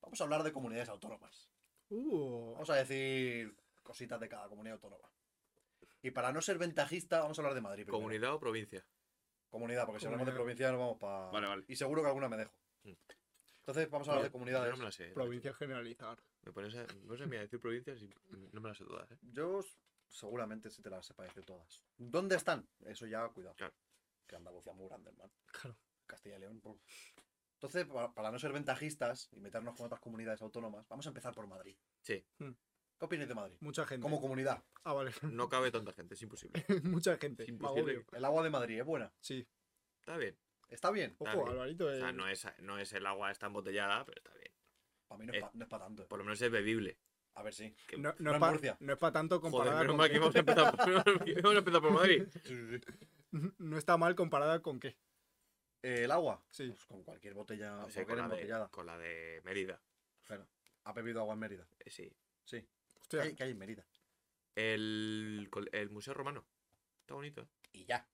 vamos a hablar de comunidades autónomas. Uh, Vamos a decir cositas de cada comunidad autónoma. Y para no ser ventajista, vamos a hablar de Madrid. primero. ¿Comunidad o provincia? Comunidad, porque si hablamos de Comunidad. provincia nos vamos para. Vale, vale. Y seguro que alguna me dejo. Mm. Entonces vamos a hablar de Yo comunidades. no me la sé. eh. provincia generalizar. Me pones a, no sé, mira, decir provincias y no me las sé todas, ¿eh? Yo s- seguramente sí te las sepa decir todas. ¿Dónde están? Eso ya, cuidado. Claro. Que Andalucía es muy grande, hermano. Claro. Castilla y León. puf. Entonces, pa- para, no ser ventajistas y meternos con otras comunidades autónomas, vamos a empezar por Madrid. Sí. Mm. Mm. ¿Qué opináis de Madrid? Mucha gente. Como comunidad. Ah, vale. No cabe tanta gente, es imposible. Mucha gente. Es imposible. Agobio. El agua de Madrid es buena. Sí. Está bien. Está bien. Ojo, Dale. Alvarito. O eh, sea, no es, no es el agua está embotellada, pero está bien. Para mí no es Eh. pa- no es para tanto. Por lo menos es bebible. A ver, sí. Que- no, no no es en para Murcia. Joder, tanto comparada menos con mal que qué. vamos a empezar por, vamos a empezar por Madrid. No está mal comparada con qué. Eh, el agua. Sí. Pues con cualquier botella. No sé, con, cualquier la de, embotellada. con la de Mérida. Claro. ¿Ha bebido agua en Mérida? eh, sí. Sí. ¿Qué Hostia, hay, qué hay en Mérida? El, col- el Museo Romano. Está bonito. ¿eh? Y ya.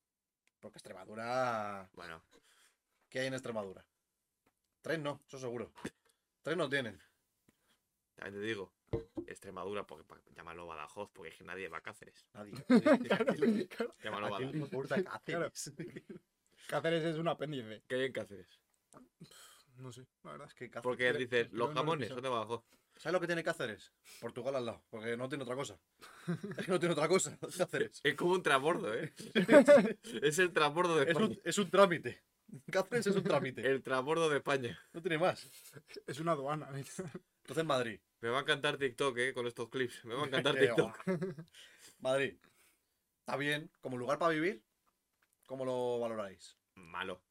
Porque Extremadura. Bueno, ¿Qué hay en Extremadura? Tres no, eso seguro. Tres no tienen. también te digo. Extremadura, porque pa- llámalo Badajoz, porque es que nadie va a Cáceres. Nadie. claro, Llámalo ¿A quién Badajoz. le importa Cáceres? Cáceres es un apéndice. ¿Qué hay en Cáceres? No sé, la verdad. Es que Cáceres- Porque dices, creo que no los lo jamones pienso. son de Badajoz. ¿Sabes lo que tiene Cáceres? Portugal al lado. Porque no tiene otra cosa. Es que no tiene otra cosa. Cáceres. Es como un transbordo, ¿eh? es el transbordo de Es España. un, es un trámite. Cáceres es un trámite. El transbordo de España. No tiene más. Es una aduana. Entonces Madrid. Me va a encantar TikTok, ¿eh? Con estos clips. Me va a encantar Eh, TikTok. guau. Madrid. Está bien. Como lugar para vivir, ¿cómo lo valoráis? Malo.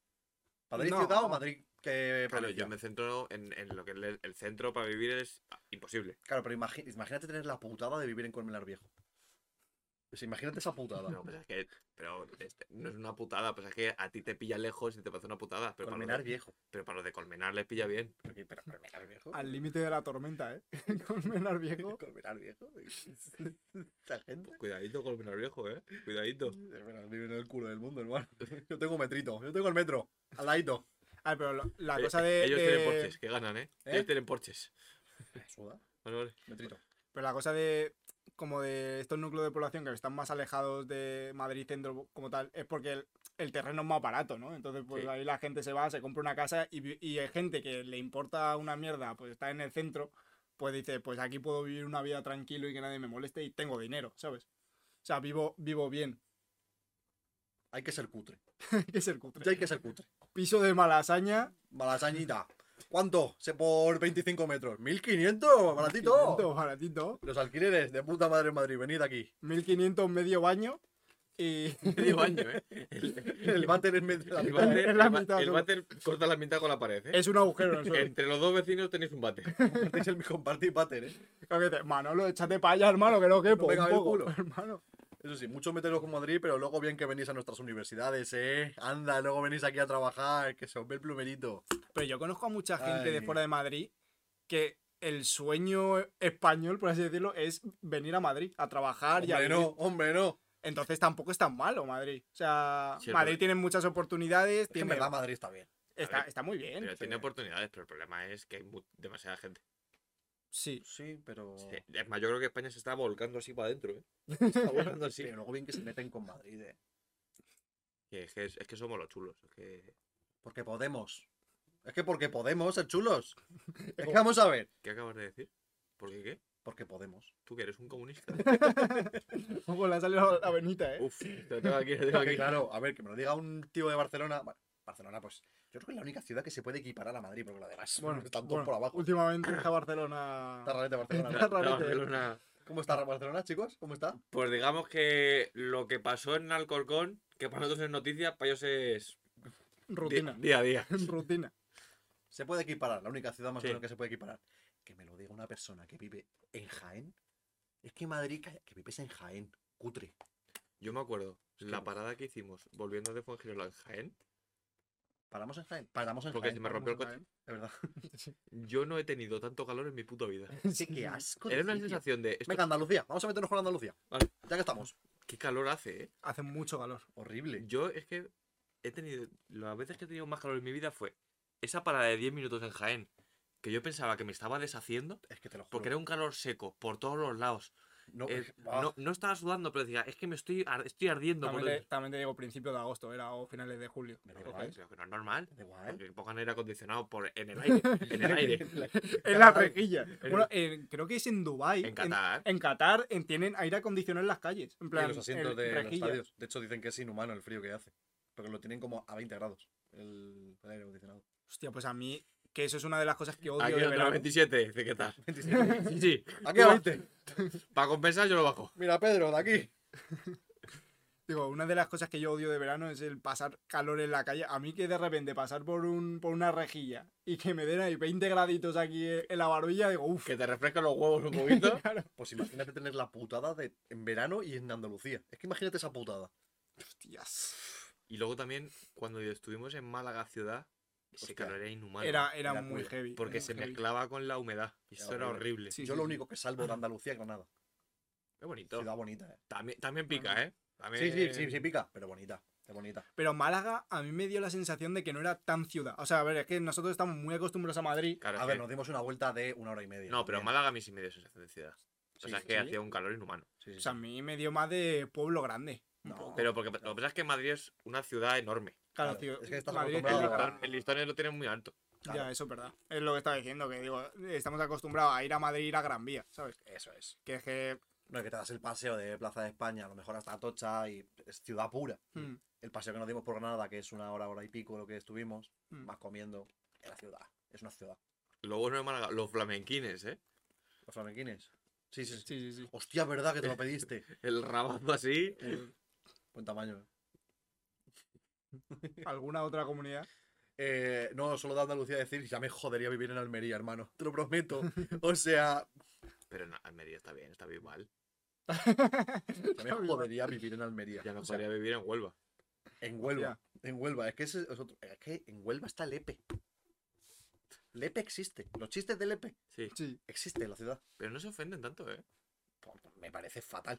¿Madrid No. ciudad o Madrid que Claro, provincia? yo me centro en, en lo que el, el centro para vivir es ah, imposible. Claro, pero imagi- imagínate tener la putada de vivir en Colmenar Viejo. Pues imagínate esa putada. No, pues es que, pero este, no es una putada, pues es que a ti te pilla lejos y te parece una putada. Pero para, Colmenar los de, Viejo. pero para los de Colmenar les pilla bien. Pero, que- pero Colmenar Viejo. Al límite de la tormenta, ¿eh? Con Menar Viejo. Colmenar Viejo. Esta gente. Cuidadito, Colmenar Viejo, ¿eh? Cuidadito. Bueno, viven en el culo del mundo, hermano. Yo tengo metrito. Yo tengo el metro. Al ladito. Ah, pero lo- la Eh, cosa de. Ellos de- tienen porches, que ganan, ¿eh? ¿Eh? Ellos tienen porches. Me Suda. Vale, vale. Metrito. Pero la cosa de. Como de estos núcleos de población que están más alejados de Madrid centro como tal, es porque el, el terreno es más barato, ¿no? Entonces, pues Sí. ahí la gente se va, se compra una casa y, vi- y hay gente que le importa una mierda, pues está en el centro, pues dice, pues aquí puedo vivir una vida tranquilo y que nadie me moleste y tengo dinero, ¿sabes? O sea, vivo, vivo bien. Hay que ser cutre. que es el cutre. Ya hay que ser cutre. Piso de Malasaña. Malasañita. ¿Cuánto? Sé por 25 metros. ¿1500? Baratito. 500, baratito. Los alquileres de puta madre en Madrid. Venid aquí. 1500 medio baño. Y. Medio año, ¿eh? El, El váter es medio. el váter, Es la el va- mitad el solo. váter corta la mitad con la pared, ¿eh? Es un agujero en el suelo. Entre los dos vecinos tenéis un bate. Compartís el compartís váter, eh. Lo que dice, Manolo, échate para allá, hermano, que no quepo. me un cabe el poco, culo. hermano. Eso sí, mucho meteros con Madrid, pero luego bien que venís a nuestras universidades, eh. Anda, luego venís aquí a trabajar, que se os ve el plumerito. Pero yo conozco a mucha gente de Ay. fuera de Madrid que el sueño español, por así decirlo, es venir a Madrid a trabajar y a Hombre, vivir. no, hombre, no. Entonces tampoco es tan malo Madrid. O sea, Sí, es Madrid verdad. tiene muchas oportunidades, Es que en tiene, verdad Madrid está bien. está, ver, está muy bien. Pero tiene oportunidades, pero el problema es que hay mu- demasiada gente. Sí. Sí, pero. Sí, Es más, yo creo que España se está volcando así para adentro, ¿eh? Se está volcando así. Pero luego bien que se meten con Madrid, eh. Que Es que, es que somos los chulos. es que- Porque podemos. Es que porque podemos ser chulos. Es que vamos a ver. ¿Qué acabas de decir? ¿Por qué qué? Porque podemos. Tú que eres un comunista. Ojo, le ha salido la venita, ¿eh? Uf, lo tengo aquí, lo tengo Porque, aquí. claro, a ver, que me lo diga un tío de Barcelona. Bueno, Barcelona, pues. Yo creo que es la única ciudad que se puede equiparar a Madrid, porque lo demás bueno, están todos bueno, por abajo. Últimamente está Barcelona. Está rarete Barcelona. Está rarete. Barcelona. ¿Cómo está Barcelona, chicos? ¿Cómo está? Pues digamos que lo que pasó en Alcorcón, que para nosotros es noticia, para ellos es di- Rutina. día a día. Rutina. Se puede equiparar, la única ciudad más Sí. o menos que se puede equiparar. Que me lo diga una persona que vive en Jaén. Es que Madrid, calla, que vives en Jaén, cutre. Yo me acuerdo, la no. parada que hicimos volviendo de Fuengirola en Jaén, Paramos en Jaén, paramos en porque se Jaén, me rompió el vamos a coche. de verdad. Yo no he tenido tanto calor en mi puta vida. Sí, qué asco. de Era una sitio. sensación de. esto- Venga, Andalucía, vamos a meternos con Andalucía. Vale. Ya que estamos. ¿Qué calor hace, eh? Hace mucho calor. Horrible. Yo es que he tenido. Las veces que he tenido más calor en mi vida fue esa parada de 10 minutos en Jaén, que yo pensaba que me estaba deshaciendo, Es que te lo juro. porque era un calor seco por todos los lados. No, Eh, es- ah, no, no estaba sudando, pero decía, es que me estoy, ar- estoy ardiendo. por También te, dentro". también te digo, principio de agosto, era o finales de julio. Me lo Pero igual. creo que no es normal. Da igual. Porque pongan aire acondicionado por, en el aire. En el aire. En la rejilla. Bueno, en- creo que es en Dubái. En Qatar. En Qatar en- tienen aire acondicionado en las calles. En Y plan, los asientos en de los rejilla. estadios. De hecho, dicen que es inhumano el frío que hace. Porque lo tienen como a 20 grados el, el aire acondicionado. Hostia, pues a mí, que eso es una de las cosas que odio Aquí de otro verano. 27, dice, ¿qué tal? 27. Sí, sí. Aquí a 20. Para compensar yo lo bajo. Mira, Pedro, de aquí. Digo, una de las cosas que yo odio de verano es el pasar calor en la calle. A mí que de repente pasar por un por una rejilla y que me den ahí 20 graditos aquí en la barbilla, digo, uff. Que te refrescan los huevos un poquito. Pues imagínate tener la putada de, en verano y en Andalucía. Es que imagínate esa putada. Hostias. Y luego también, cuando estuvimos en Málaga ciudad, ese Hostia. calor era inhumano. Era, era era muy cruel, heavy. porque era se muy heavy. mezclaba con la humedad. Y Era eso era horrible. horrible. Sí, Yo sí, lo sí. único que salvo de Andalucía es Granada. Qué bonito. Ciudad bonita, eh. También, también pica, ¿eh? Sí, sí, sí, También- sí, pica, pero bonita. Es bonita. Pero Málaga a mí me dio la sensación de que no era tan ciudad. O sea, a ver, es que nosotros estamos muy acostumbrados a Madrid. Claro, A es ver, que- nos dimos una vuelta de una hora y media. No, pero también. Málaga a mí sí me dio sensación de ciudad. o Sí, sea, es sí, que sí. hacía un calor inhumano. Sí, sí, O sí. sea, a mí me dio más de pueblo grande. un No, poco. Pero porque lo que pasa es que Madrid es una ciudad enorme. claro, Claro, tío. es que estás Madrid es El acostumbrado listón, capital. el listón lo tienen muy alto. Claro. Ya, eso es verdad. Es lo que estaba diciendo, que digo, estamos acostumbrados a ir a Madrid, ir a Gran Vía, ¿sabes? Eso es. Que es que... No, es que te das el paseo de Plaza de España, a lo mejor hasta Atocha y es ciudad pura. mm, El paseo que nos dimos por Granada, que es una hora, hora y pico lo que estuvimos, Mm. más comiendo, era ciudad. Es una ciudad. Lo bueno de Málaga, los flamenquines, ¿eh? ¿Los flamenquines? Sí, sí, sí, sí. sí, sí. Hostia, ¿verdad que te lo pediste? El rabazo así. Buen tamaño. ¿eh? ¿Alguna otra comunidad? Eh, no, solo de Andalucía decir, ya me jodería vivir en Almería, hermano. Te lo prometo. O sea, Pero en Almería está bien, está bien mal. ya me jodería vivir en Almería. Ya no O sea, podría vivir en Huelva. En Huelva. En Huelva. Es que, ese es otro- es que en Huelva está Lepe. Lepe existe. Los chistes de Lepe Sí. Sí. existen en la ciudad. Pero no se ofenden tanto, ¿eh? Por- Me parece fatal.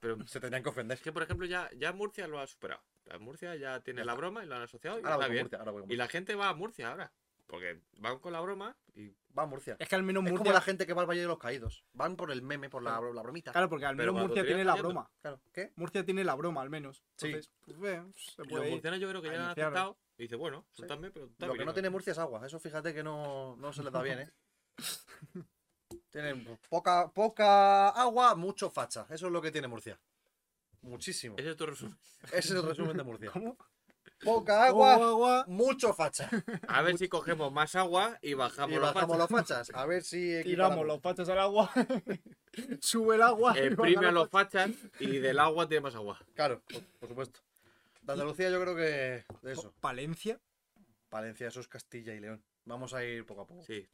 Pero Se tendrían que ofender. es que, por ejemplo, ya, ya Murcia lo ha superado. La Murcia ya tiene Ya la está. broma y lo han asociado y Ahora voy está con bien. Murcia. Ahora voy con Y Murcia. la gente va a Murcia ahora. Porque van con la broma y. Va a Murcia. Es que al menos Es Murcia... como la gente que va al Valle de los Caídos. Van por el meme, por la, la bromita. Claro, porque al Pero menos cuando Murcia te digan tiene la cayendo. broma. Claro. ¿Qué? Murcia tiene la broma, al menos. Sí. Entonces, pues, ve, se Los puede ir. murcianos yo creo que ya a lo han iniciarlo. aceptado. Y dice, bueno, soltadme, pero. Lo que también no tiene Murcia es agua. Eso fíjate que no, no se les da bien, ¿eh? Tienen poca, poca agua, mucho facha. Eso es lo que tiene Murcia. Muchísimo. Ese es tu resumen. Ese es el resumen de Murcia. ¿Cómo? Oh. Poca agua, agua. mucho facha. A ver si cogemos más agua y bajamos, Y los bajamos fachos. los fachas. A ver si. Tiramos equiparamos. los patos al agua. Sube el agua. Eh, y Exprime a baja la- los fachas y del agua tiene más agua. Claro, por, por supuesto. De Andalucía yo creo que Oh. de eso. Palencia. Valencia, eso es Castilla y León. Vamos a ir poco a poco. Sí.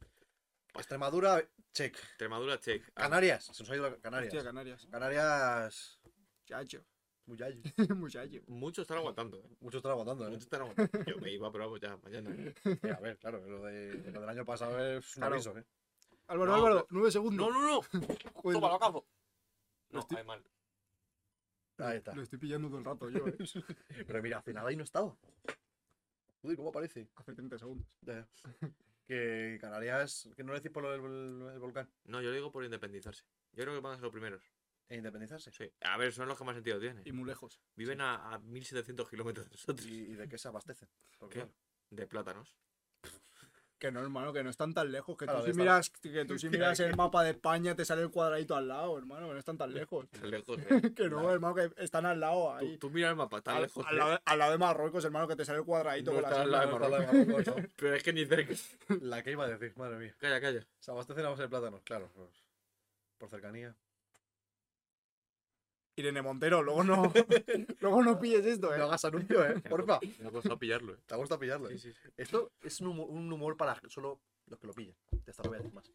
Extremadura, check. Extremadura, check. Ah, Canarias, se nos ha ido la- Hostia, Canarias. Canarias. Canarias. Muchacho. Muy allí. Muchacho. Muchos están aguantando, ¿eh? Mucho están aguantando, ¿eh? Muchos están aguantando. Yo me iba, pero vamos ya, mañana. Eh, A ver, claro, lo, de, lo del año pasado es un Claro. aviso, ¿eh? Álvaro, No, Álvaro, nueve segundos. No, no, no. Joder, Toma, lo cazo. No, Pues Estoy- hay mal. Ahí está. Lo estoy pillando todo el rato yo, eh. Pero mira, hace nada y no estaba. Uy, ¿cómo aparece? Hace 30 segundos. Ya, ya. Que Canarias, que no le decís por lo del vol- el volcán, No, yo lo digo por independizarse. Yo creo que van a ser los primeros. e independizarse. Sí. A ver, son los que más sentido tienen. Y muy lejos. Viven a, a 1700 kilómetros de nosotros. ¿Y, y de qué se abastecen? Porque, ¿Qué? claro, De plátanos. Que no, hermano, que no están tan lejos. Que Claro, tú, si está- miras, que tú si miras el mapa de España te sale el cuadradito al lado, hermano, que no están tan lejos. Tan lejos, eh. Que no, Nah. hermano, que están al lado Tú, ahí. tú mira el mapa, tan Al, lejos. al eh. lado, al lado de Marruecos, hermano, que te sale el cuadradito. No con la está al sigla. lado de no, no, Marruecos. no, no, no. ¿eh? Pero es que ni cerca. La que iba a decir, madre mía. Calla, calla. Se abastecen a base de plátanos, claro. pues, por cercanía. Irene Montero, luego no, luego no pilles esto, No eh. hagas anuncio, eh. Me ha Porfa. costado- Me ha costado pillarlo, eh. Te ha gustado pillarlo. Pues- Sí, eh. sí, sí. Esto es un humor, un humor para solo los que lo pillan. Te está lo voy a decir más.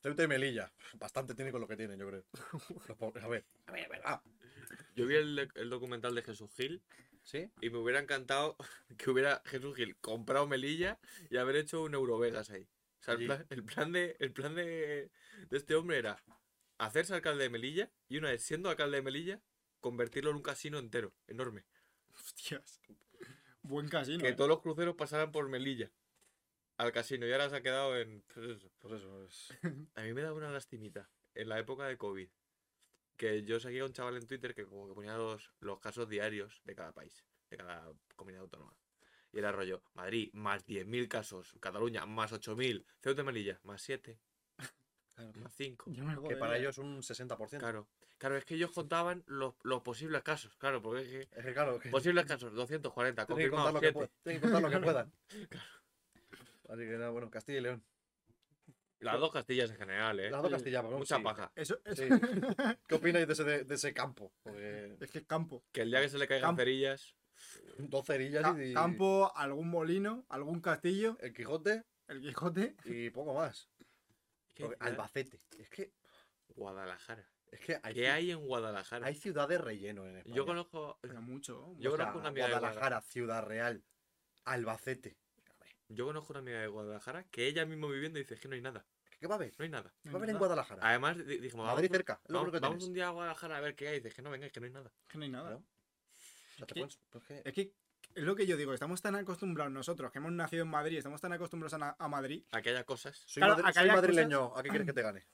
Ceuta y Melilla. Bastante tiene con lo que tienen, yo creo. Los pobres, A ver, a ver, a ver. Ah, Yo vi el, el documental de Jesús Gil ¿sí? y me hubiera encantado que hubiera Jesús Gil comprado Melilla y haber hecho un Eurovegas ahí. O sea, el Allí. plan, el plan de, el plan de, de este hombre era hacerse alcalde de Melilla y una vez siendo alcalde de Melilla, convertirlo en un casino entero, enorme. Hostias. Buen casino. que eh. todos los cruceros pasaran por Melilla al casino y ahora se ha quedado en... pues eso. Pues eso es. A mí me da una lastimita en la época de COVID. Que yo seguía a un chaval en Twitter que como que ponía los, los casos diarios de cada país, de cada comunidad autónoma. Y era rollo, Madrid más 10.000 casos, Cataluña más 8.000, Ceuta y Melilla más 7, Claro. más 5. Ya me Que jodería. para ellos un 60%. Claro, claro, es que ellos contaban los, los posibles casos, claro, porque es que... Es que claro, que Posibles casos, 240, tienen que contar confirmados lo que 7. puedan. Tienen que contar lo que puedan. Así que nada, bueno, Castilla y León. Las dos Castillas en general, ¿eh? Las dos castillanas, vamos. Mucha sí. paja. Eso, eso- Sí. ¿Qué opináis de ese, de, de ese campo? Porque Es que es campo. Que el día que se le caigan Campo. cerillas, dos cerillas Ca- y, y Ah, Campo, algún molino, algún castillo, el Quijote el Quijote. y poco más. ¿qué Porque ciudad? Albacete. Es que, Guadalajara. es que hay, ¿Qué ci- hay en Guadalajara? hay ciudades relleno en España. Yo conozco. Pero mucho. Yo O sea, conozco una amiga de Guadalajara, Ciudad Real, Albacete. Yo conozco una amiga de Guadalajara que ella misma viviendo dice "Es que no hay nada, ¿Qué va a haber? no hay nada. ¿Qué va a haber en ¿Verdad? Guadalajara? Además, di- dijimos, Ah, vamos, Madrid un- cerca, es lo vamos, único que vamos tienes. un día a Guadalajara a ver qué hay. Dice que no, venga, es que no hay nada. Es que no hay nada. Claro. O sea, te ¿Qué? Eh, puedes- pues que- Es que es lo que yo digo, estamos tan acostumbrados nosotros, que hemos nacido en Madrid, estamos tan acostumbrados a, na- a Madrid, Aquí haya cosas. Soy, Claro, madri- acá soy hay madrileño, ¿a qué quieres que te gane?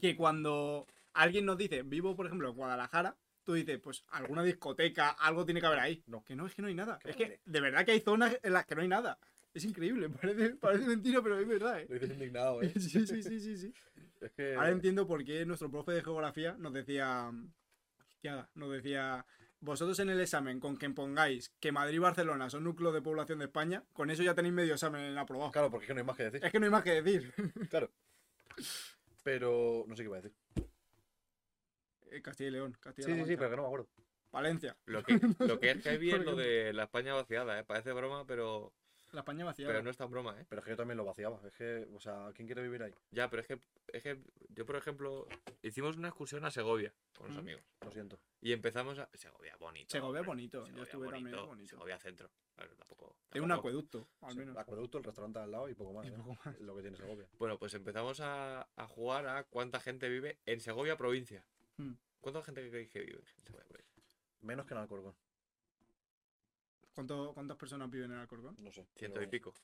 que cuando alguien nos dice, vivo por ejemplo en Guadalajara, tú dices, pues alguna discoteca, algo tiene que haber ahí. No. Que no, es que no hay nada. Que es no, que hombre. de verdad que hay zonas en las que no hay nada. Es increíble, parece, parece mentira, pero es verdad, ¿eh? Lo dices indignado, ¿eh? Sí, sí, sí, sí, sí. Es que... Ahora entiendo por qué nuestro profe de geografía nos decía. ¿Qué haga? Nos decía. Vosotros en el examen, con que pongáis que Madrid y Barcelona son núcleos de población de España, con eso ya tenéis medio examen en el aprobado. Claro, porque es que no hay más que decir. Es que no hay más que decir. Claro. Pero no sé qué iba a decir. Eh, Castilla y León, Castilla y Sí, sí, León. sí, pero que no me acuerdo. Valencia, Lo que, lo que es que hay bien Por lo de la España vaciada, ¿eh? Parece broma, pero, la España vacía. pero no es tan broma, ¿eh? Pero es que yo también lo vaciaba. Es que, o sea, ¿quién quiere vivir ahí? Ya, pero es que, es que yo, por ejemplo, hicimos una excursión a Segovia con los Ujú. amigos. Lo siento. Y empezamos a. Segovia, bonito. Segovia hombre. bonito, yo Segovia estuve también, es bonito. Segovia centro. Claro, tampoco, Tiene un tampoco- acueducto, al Sí, menos. el acueducto, el restaurante al lado y poco más. Y ¿eh? poco más. Lo que tiene Segovia. Bueno, pues empezamos a, a jugar a cuánta gente vive en Segovia provincia. Hmm. ¿Cuánta gente creéis que vive en Segovia provincia? Menos que en Alcorcón. ¿Cuánto- ¿Cuántas personas viven en Alcorcón? No sé. Ciento pero- y pico.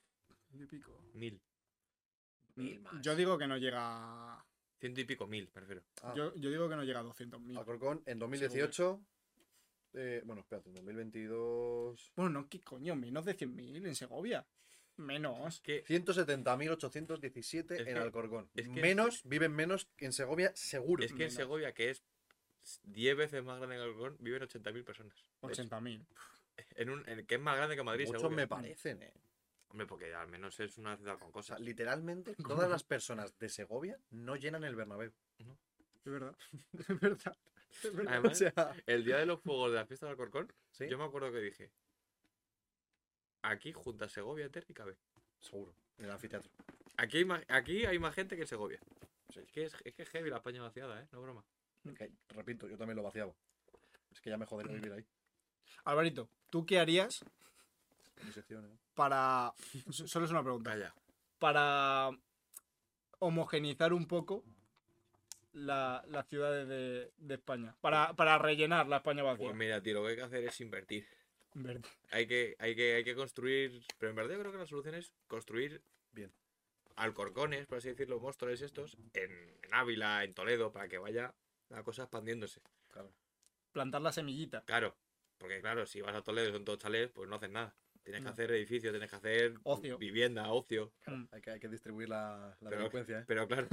Ciento y pico. Mil. Mil más. Yo digo que no llega. a- Ciento y pico mil, prefiero. Ah. Yo, yo digo que no llega a Mm. 200.000. Alcorcón en 2018. eh, bueno, espérate, en 2022. Bueno, no, ¿qué coño? Menos de 100.000 en Segovia. Menos. Que 170.817 Es en que- Alcorcón. es que- menos, viven menos que en Segovia, seguro. es que en menos. Segovia, que es 10 veces más grande que Alcorcón, viven 80.000 personas. De Pues hecho, 80.000. En un, en- que es más grande que Madrid, Muchos Segovia. me parecen, eh. Hombre, porque al menos es una ciudad con O sea, cosas. literalmente todas las personas de Segovia no llenan el Bernabéu. Es verdad. Es verdad. Es verdad. Además, O sea, el día de los fuegos de la fiesta de Alcorcón, sí, yo me acuerdo que dije: aquí junta Segovia, Ter y Cabe. seguro. En el anfiteatro. Aquí hay, más, aquí hay más gente que en Segovia. Sí. Es, que es, es que es heavy la España vaciada, ¿eh? No broma. Es que, repito, yo también lo vaciaba. Es que ya me jodería vivir ahí. Alvarito, ¿tú qué harías en mi sección, eh. para. so- Solo es una pregunta. Calla. Para homogenizar un poco la- las ciudades de, de España. Para, para rellenar la España vacía. Pues mira, tío, lo que hay que hacer es invertir. Verdad. Hay que, hay que, hay que construir. Pero en verdad yo creo que la solución es construir Bien. alcorcones, por así decirlo, monstruos estos, en, en Ávila, en Toledo, para que vaya la cosa expandiéndose. Claro. Plantar la semillita. Claro, porque claro, si vas a Toledo y son todos chalés, pues no haces nada. Tienes que Mm. No. hacer edificios, tienes que hacer Ocio. vivienda, ocio. Mm. Hay que, hay que distribuir la, la Pero- delincuencia, ¿eh? Pero claro,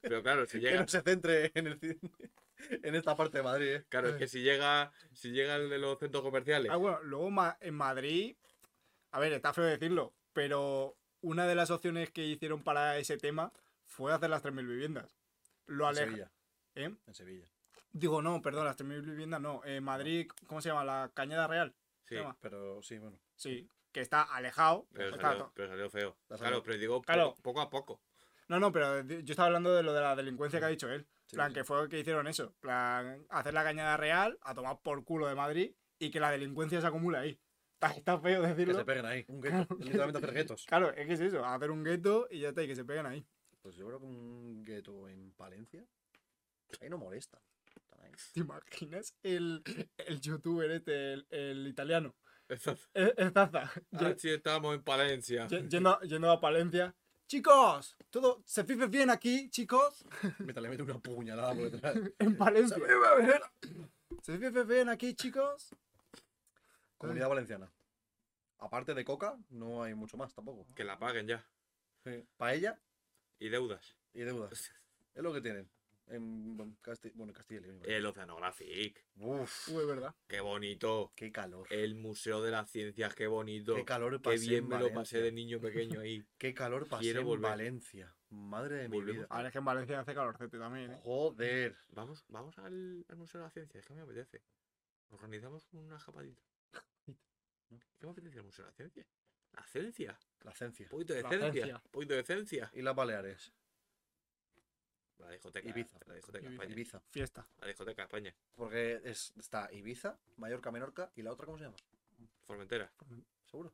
pero claro, si Que llega, no se centre en, el, ci- en esta parte de Madrid, ¿eh? claro, es que si llega, si llega el de los centros comerciales, Ah, bueno, luego ma- en Madrid, a ver, está feo decirlo, pero una de las opciones que hicieron para ese tema fue hacer las 3.000 viviendas. Lo En aleja. Sevilla. ¿eh? En Sevilla. Digo, no, perdón, las 3.000 viviendas no. En Madrid, ¿cómo se llama? La Cañada Real. sí, se llama. Pero sí, bueno. Sí, que está alejado. pero pues está salió, to- pero salió feo. La Claro, salió. pero digo po- Claro. poco, a poco. No, no, pero de- yo estaba hablando de lo de la delincuencia que ha dicho él. Mm. sí, plan, sí. que fue que hicieron eso. plan, hacer la Cañada Real, a tomar por culo de Madrid y que la delincuencia se acumula ahí. Está, está feo Que decirlo. se peguen ahí. Un gueto. Es literalmente hacer guetos. Claro, es que es eso, hacer un gueto y ya está, y que se peguen ahí. Pues yo creo que un gueto en Palencia. Ahí no molesta. Están ahí. ¿Te imaginas el, el youtuber este, el, el italiano? Entonces, El, el Zaza. ahora ye- sí estamos en Ah, Palencia. ye- yendo, yendo a Palencia. Chicos, todo se vive bien aquí, chicos. Mientras le mete una puñalada por detrás. En Palencia. Se vive bien. Se vive bien aquí, chicos. Comunidad Valenciana. Aparte de coca, no hay mucho más tampoco. Que la paguen ya. Paella Y deudas. y deudas. Es lo que tienen. En Casti- bueno, en Castilla y León. El Oceanographic. Uf, Uy, es verdad. Qué bonito. qué calor. El Museo de las Ciencias, qué bonito. eh, Qué calor Qué pasé bien en me lo pasé Valencia. de niño pequeño ahí. Qué calor pasé Quiero en volver. Valencia. Madre de mi Volvemos. vida. A ver, es que en Valencia hace calorcete también, ¿eh? Joder. Vamos, vamos al, al Museo de la Ciencia, es que me apetece. Organizamos una japadita. ¿Qué me apetece el Museo de la Ciencia? La ciencia. La cencia. Un poquito de La ciencia. ciencia. Un poquito de ciencia. Y las Baleares. La discoteca. Ibiza. La discoteca Ibiza. España. pues, Ibiza. Fiesta. La discoteca España. Porque es- está Ibiza, Mallorca, Menorca y la otra, ¿cómo se llama? Formentera. Seguro.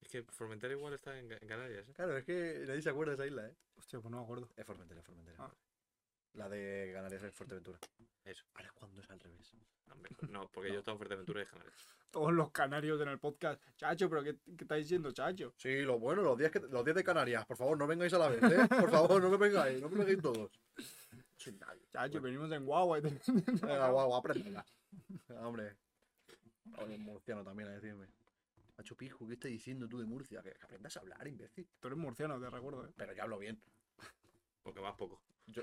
Es que Formentera igual está en, Ca- en Canarias, ¿eh? Claro, es que nadie se acuerda de esa isla, ¿eh? Hostia, pues no me acuerdo. Es Formentera, es Formentera. Ah. La de Canarias es Fuerteventura. Eso. Ahora cuando es al revés. Hombre, No, porque yo estaba en Fuerteventura y en Canarias. Todos los canarios en el podcast. Chacho, ¿pero qué, qué estáis diciendo, chacho? Sí, lo bueno, los días, que, los días de Canarias. Por favor, no vengáis a la vez, ¿eh? Por favor, no me vengáis, no me vengáis todos. Chacho, venimos en guagua. y te- Venga, guau, apréndela. Hombre. Hablo en murciano también a decirme. Macho pijo, ¿qué estás diciendo tú de Murcia? Que que aprendas a hablar, imbécil. Tú eres murciano, te recuerdo, ¿eh? Pero yo hablo bien. Porque vas poco. Yo,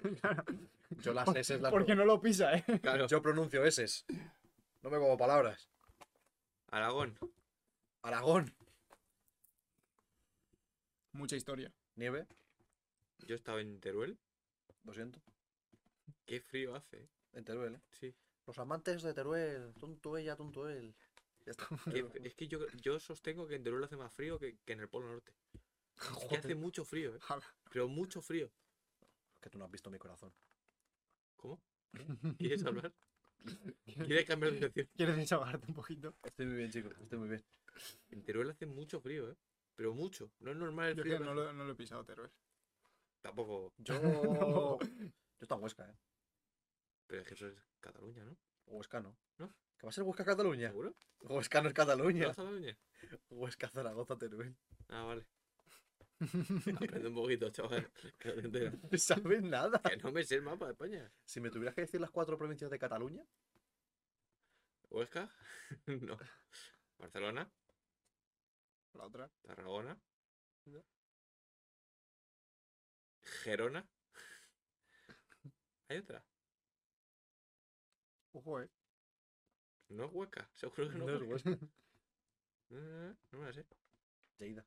yo las S las Porque no lo pisa, ¿eh? Claro. Yo pronuncio S. No me como palabras. Aragón. Aragón. Mucha historia. Nieve, Yo he estado en Teruel. lo siento. Qué frío hace, ¿eh? En Teruel, ¿eh? Sí. Los amantes de Teruel. Tonto ella, tonto él. Ya está. Qué- es que yo, yo sostengo que en Teruel hace más frío que, que en el Polo Norte. Es que hace mucho frío, ¿eh? Jala. Pero mucho frío. Que tú no has visto mi corazón. ¿Cómo? ¿Quieres hablar? ¿Quieres cambiar de sección? ¿Quieres desahogarte un poquito? Estoy muy bien, chicos. Estoy muy bien. En Teruel hace mucho frío, ¿eh? Pero mucho. No es normal el Yo es frío. que que no hace. lo, no lo he pisado, Teruel. Tampoco. Yo. Yo estoy en Huesca, ¿eh? Pero es que eso es Cataluña, ¿no? O Huesca no. ¿No? ¿Que va a ser Huesca Cataluña? ¿Seguro? Huesca no es ¿No Cataluña. es Cataluña? Huesca Zaragoza Teruel. Ah, vale. Aprende un poquito, chaval. Que no, te enteras. No sabes nada. Que no me sé el mapa de España. Si me tuvieras que decir las cuatro provincias de Cataluña, ¿Huesca? No. ¿Barcelona? La otra. ¿Tarragona? No. ¿Gerona? ¿Hay otra? Ojo, ¿eh? No es Huesca. Seguro que no, no es Huesca. Huesca. No, no, no, no me la sé. Lleida.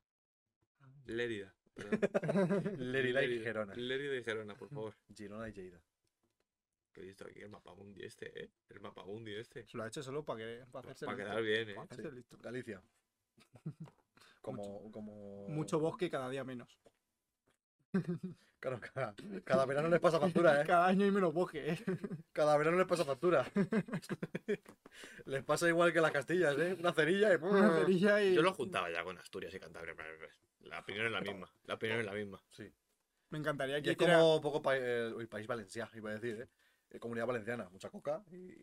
Lérida. Perdón. Lerida y Gerona. Lérida y Gerona, por favor. Girona y Lleida. Que he visto aquí el mapamundi este, ¿eh? El mapamundi este. Se lo ha hecho solo para, que, para hacerse Para listo. quedar bien, ¿eh? Para hacerse listo. Galicia. Como. como... Mucho bosque y cada día menos. Claro, cada, cada verano les pasa factura, ¿eh? Cada año hay menos bosque, ¿eh? Cada verano les pasa factura. les pasa igual que las castillas, ¿eh? Una cerilla y. Una cerilla y... Yo lo juntaba ya con Asturias y Cantabria. pero, pues, Ah, La opinión es la misma. La opinión es la misma. Sí. Me encantaría Y que es hiciera... como poco pa- eh, uy, país valenciano, iba a decir, ¿eh? Eh, Comunidad valenciana, mucha coca y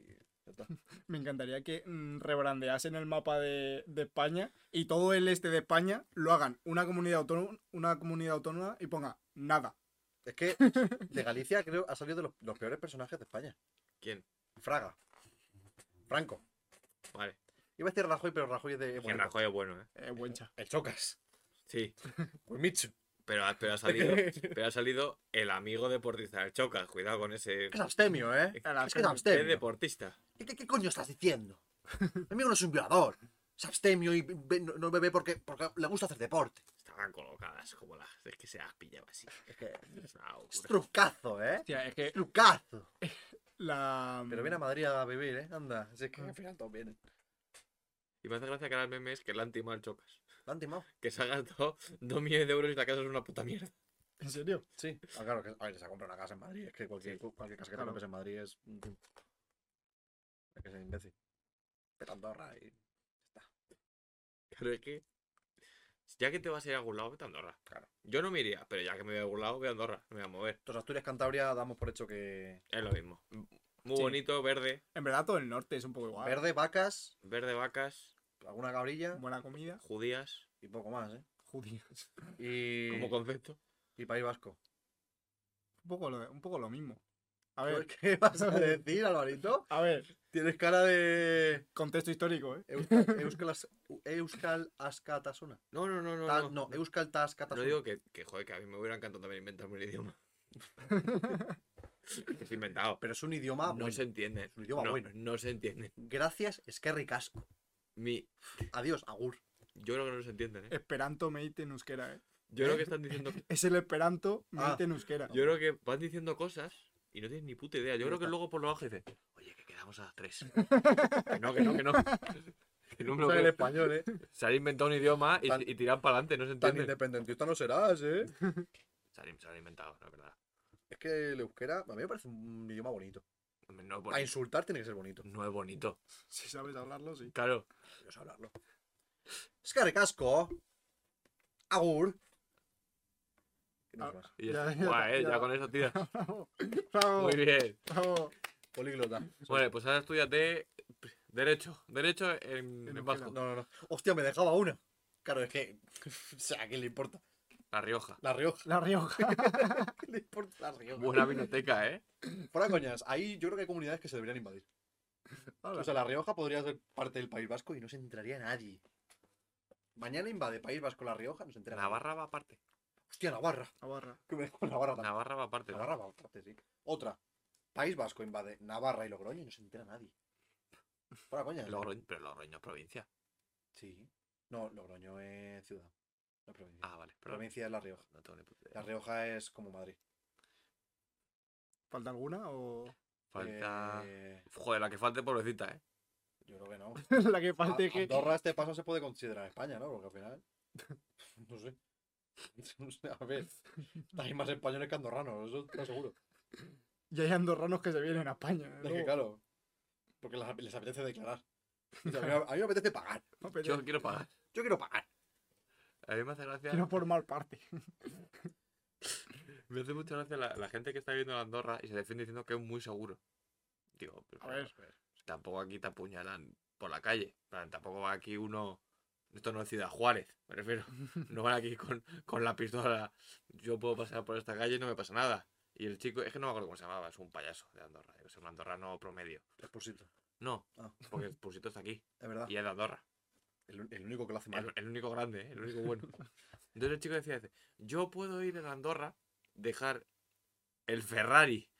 Ya está. Me encantaría que mm, rebrandeasen el mapa de, de España y todo el este de España lo hagan una comunidad autónoma, una comunidad autónoma y ponga nada. Es que de Galicia creo ha salido de los, los peores personajes de España. ¿Quién? Fraga. Franco. Vale. Iba a decir Rajoy, pero Rajoy es de... Que Rajoy es bueno, ¿eh? Eh, buencha. El Chocas. Sí. Pues Michu. Pero, ha- pero ha salido, pero ha salido el amigo deportista del Chocas. Cuidado con ese. Es abstemio, ¿eh? Es Es que es abstemio. Es abstemio. deportista. ¿Qué, qué- qué coño estás diciendo? Mi amigo no es un violador. Es abstemio y be- no, no bebe porque, porque le gusta hacer deporte. Estaban colocadas como las. Es que se las pillaba así. Es que Es una locura. es trucazo, ¿eh? Hostia, es que Trucazo. la. Pero viene a Madrid a vivir, ¿eh? Anda. Así que al final todos vienen. Y me hace gracia que ahora el meme es que le han timado al Chocas. ¿La han timado? Que se ha gastado dos millones de euros y la casa es una puta mierda. ¿En serio? Sí. Ah, claro, que, a ver, se ha comprado una casa en Madrid. Es que cualquier, Sí. cualquier casa que Claro. te compres en Madrid es. Es que es imbécil. Petandorra y. Pero es que. Ya que te vas a ir a algún lado, vete a Andorra. Claro. Yo no me iría, pero ya que me voy a algún lado, voy a Andorra. No me voy a mover. Entonces, Asturias, Cantabria, damos por hecho que. Es lo mismo. Muy Sí. bonito, verde. En verdad todo el norte es un poco igual. Verde, vacas, Verde, vacas, alguna cabrilla Buena comida. judías, y poco más, ¿eh? Judíos. Y. como concepto. Y País Vasco. Un poco lo, un poco lo mismo. A Pero, ver, ¿Qué vas a decir, Alvarito? a ver, Tienes cara de. contexto histórico, ¿eh? Euskal, Euskal, As- Euskal Askatasuna. No, no, no, no. Ta- no, no, Euskal Taskatasuna. No digo que, que, joder, que a mí me hubiera encantado también inventarme un idioma. que es inventado. Pero es un idioma. no bueno. se entiende. Es un idioma no, bueno. no se entiende. Gracias, es que ricasco. Mi, Adiós, Agur. yo creo que no se entienden, ¿eh? Esperanto meite en euskera, ¿eh? Yo creo que están diciendo. Es el esperanto Ah. meite en euskera. Yo creo que van diciendo cosas y no tienen ni puta idea. Yo creo que está. luego por lo bajo dice, oye, que quedamos a las tres. que no, que no, que no. Que no me lo Soy el creo. español, ¿eh? Se han inventado un idioma y, Tan- y tiran para adelante, no se Tan entiende. independentista no serás, ¿eh? Se han, se han inventado, la verdad. Es que el euskera a mí me parece un idioma bonito. Hombre, No es A bonito. insultar tiene que ser bonito. No es bonito. Si sabes hablarlo, sí. Claro. Dios, hablarlo. Es que ricasco. Agur. ¿Qué más? Ah. más? Y ya, Ya, está. ya Buah, está, eh, ya ya va. con eso, tía. Bravo. Bravo. Muy bien. bravo. Políglota. Vale, pues ahora estudiate Derecho. Derecho en, En en No, Vasco. no, no. Hostia, me dejaba una. Claro, es que. O sea, ¿a quién le importa? La Rioja. La Rioja. La Rioja. ¿A quién le importa La Rioja? Buena vinoteca, ¿eh? Fuera coñas, ahí yo creo que hay comunidades que se deberían invadir. O sea, La Rioja podría ser parte del País Vasco y no se entraría nadie. Mañana invade País Vasco La Rioja, no se entera nadie. Navarra va aparte. Hostia, Navarra. Navarra. Que me dejo Navarra también. Navarra va aparte. ¿no? Navarra va aparte, sí. Otra. País Vasco invade Navarra y Logroño y no se entera nadie. Fuera coñas. Logroño- pero Logroño es provincia. Sí. No, Logroño es ciudad. No es provincia. Ah, vale. Pero provincia es La Rioja. no tengo ni puta idea. La Rioja es como Madrid. ¿Falta alguna o Falta. Eh, Joder, la que falte, pobrecita, ¿eh? yo creo que no. la que A- falte que Andorra a este paso se puede considerar España, ¿no? Porque al final. No sé. No sé, A ver. Hay más españoles que andorranos, eso está seguro. ya hay andorranos que se vienen a España. ¿eh? Es que Luego, claro. Porque las- les apetece declarar. O sea, A mí, a mí me apetece pagar. no apetece. Yo quiero pagar. Yo quiero pagar. A mí me hace gracia. Quiero formar parte. Me hace mucha gracia la, la gente que está viviendo en Andorra y se defiende diciendo que es muy seguro. Digo, pero A ver. tampoco aquí te apuñalan por la calle. En plan, Tampoco va aquí uno. Esto no es Ciudad Juárez, me refiero. No van aquí con, con la pistola. Yo puedo pasar por esta calle y no me pasa nada. Y el chico, es que no me acuerdo cómo se llamaba, es un payaso de Andorra. Es un andorrano promedio. Expulsito. No, Ah, porque el Pusito está aquí es Ah. verdad. y es de Andorra. El, el único que lo hace mal. El, el único grande, ¿eh? el único bueno. Entonces el chico decía, dice, yo puedo ir en Andorra, dejar el Ferrari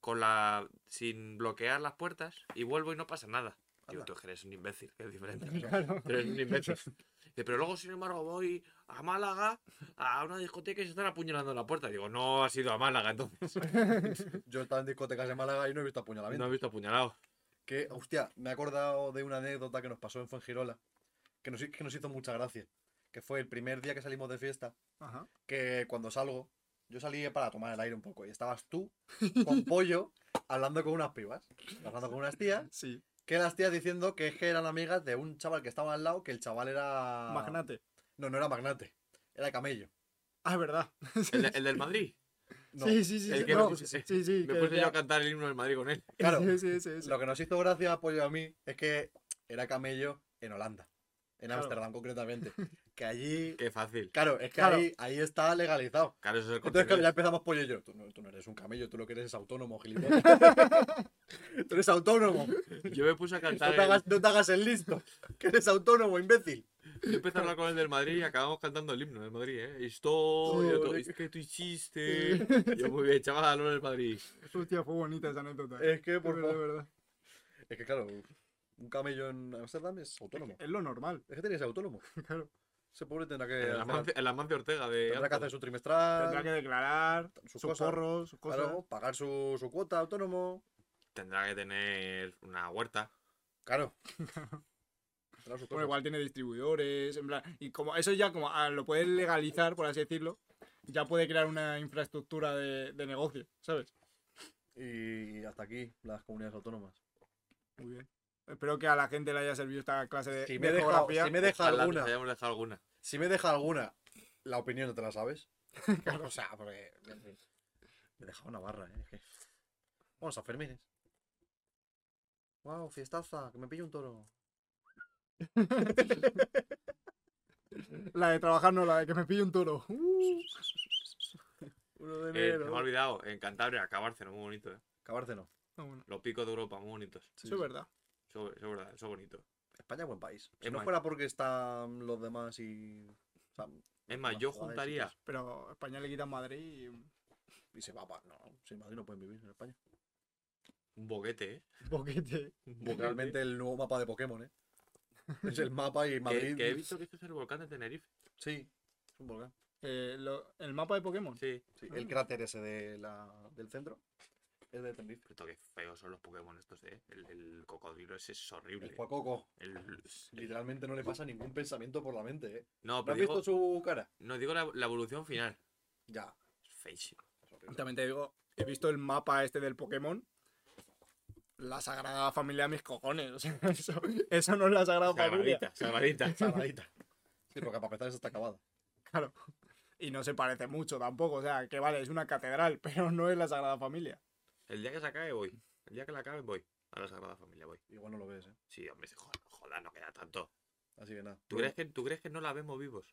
con la sin bloquear las puertas y vuelvo y no pasa nada. Digo, Anda. tú es que eres un imbécil, que es diferente. Claro. Tú eres un imbécil. Dice, pero luego, sin embargo, voy a Málaga a una discoteca y se están apuñalando en la puerta. Digo, no has ido a Málaga entonces. Yo estaba en discotecas de Málaga y no he visto apuñalamiento. No has visto apuñalado. Que, hostia, me he acordado de una anécdota que nos pasó en Fuengirola. Que nos, hi- que nos hizo mucha gracia. Que fue el primer día que salimos de fiesta. Ajá. que cuando salgo, yo salí para tomar el aire un poco y estabas tú con pollo hablando con unas pibas, hablando con unas tías, Sí. que las tías diciendo que es que eran amigas de un chaval que estaba al lado, que el chaval era... Ah. Magnate. No, no era magnate, era camello. Ah, es verdad. ¿El, de- el del Madrid? No. Sí, sí, sí. El sí, que no, me sí, puse- sí, sí, Me que puse yo decía- a cantar el himno del Madrid con él. Claro. Sí, sí, sí, sí. Lo que nos hizo gracia, apoyo a mí, es que era camello en Holanda, en Claro. Ámsterdam concretamente. Que allí. Qué fácil. Claro, es que Claro. Ahí, ahí está legalizado. Claro, eso es el Entonces claro, contenido. ya empezamos pollo y yo. Tú no, tú no eres un camello, tú lo que eres es autónomo, gilipollas. tú eres autónomo. No Yo me puse a cantar. te, el- hagas, no te hagas el listo. Que eres autónomo, imbécil. Yo empecé a hablar con el del Madrid y acabamos cantando el himno del Madrid, ¿eh? Historia, todo, es que tú hiciste. Yo muy bien, chaval, lo del Madrid. Hostia, fue bonita esa anécdota. Es que, Es Eh, por verdad, favor. verdad. Es que claro, un camello en Ámsterdam es autónomo. Es lo normal, Es que tienes autónomo. claro. Ese pobre tendrá que, En la hacer- Mance- en la Mance Ortega de. tendrá que hacer Ámsterdam. su trimestral, Tendrá que declarar Ah. sus sus cosas, porros, sus cosas. claro, pagar su, su cuota autónomo. Tendrá que tener una huerta. Claro. Tendrá sus Bueno, cosas. igual tiene distribuidores, en plan. Y como eso ya como ah, lo puede legalizar, por así decirlo, ya puede crear una infraestructura de, de negocio, ¿sabes? Y hasta aquí las comunidades autónomas. Muy bien. Espero que a la gente le haya servido esta clase de, Si de me, deja, geografía. si me deja Ojalá alguna, nos hayamos dejado alguna. si me deja alguna, la opinión no te la sabes. O sea, porque me he dejado una barra, eh. es que- Vamos a Fermines. Wow, fiestaza, que me pillo un toro. La de trabajar no, la de que me pille un toro. Uh, Uno de Eh, se me ha enero. olvidado, en Cantabria, Cabárceno, muy bonito, ¿eh? Cabárceno. no, bueno, Los picos de Europa, muy bonitos. eso es verdad. Eso, eso es verdad, eso es bonito. España es buen país. Si Es no más- fuera porque están los demás y. o sea, Es más, Las yo ciudades y juntaría. cosas. Pero a España le quitan Madrid y y se va para. No, sin Madrid no pueden vivir en España. Un boquete, ¿eh? un poquete. Un Porque boquete. realmente el nuevo mapa de Pokémon, ¿eh? Es el mapa y Que- Madrid. que he visto que esto es el volcán de Tenerife. Sí, es un volcán. Eh, lo- el mapa de Pokémon. Sí. Sí, el cráter ese de la, del centro es de Tenerife. Pero qué feos son los Pokémon estos, ¿eh? El, el cocodrilo ese es El horrible. Juacoco. El- el- Literalmente no le pasa ningún pensamiento por la mente, ¿eh? No, ¿No pero has digo, visto su cara? no, digo la, la evolución final. Ya. Es feísimo. es horrible. También te digo, he visto el mapa este del Pokémon. La Sagrada Familia a mis cojones. o sea, eso, eso no es la Sagrada Familia. Sagradita, sagradita. Sagradita. Sí, porque para empezar esa está acabada. Claro. Y no se parece mucho tampoco. O sea, que vale, es una catedral, pero no es la Sagrada Familia. El día que se acabe voy. El día que la acabe voy. A la Sagrada Familia voy. Igual no lo ves, ¿eh? Sí, hombre, sí, joder, joder, no queda tanto. Así que nada. ¿Tú crees que, ¿Tú crees que no la vemos vivos?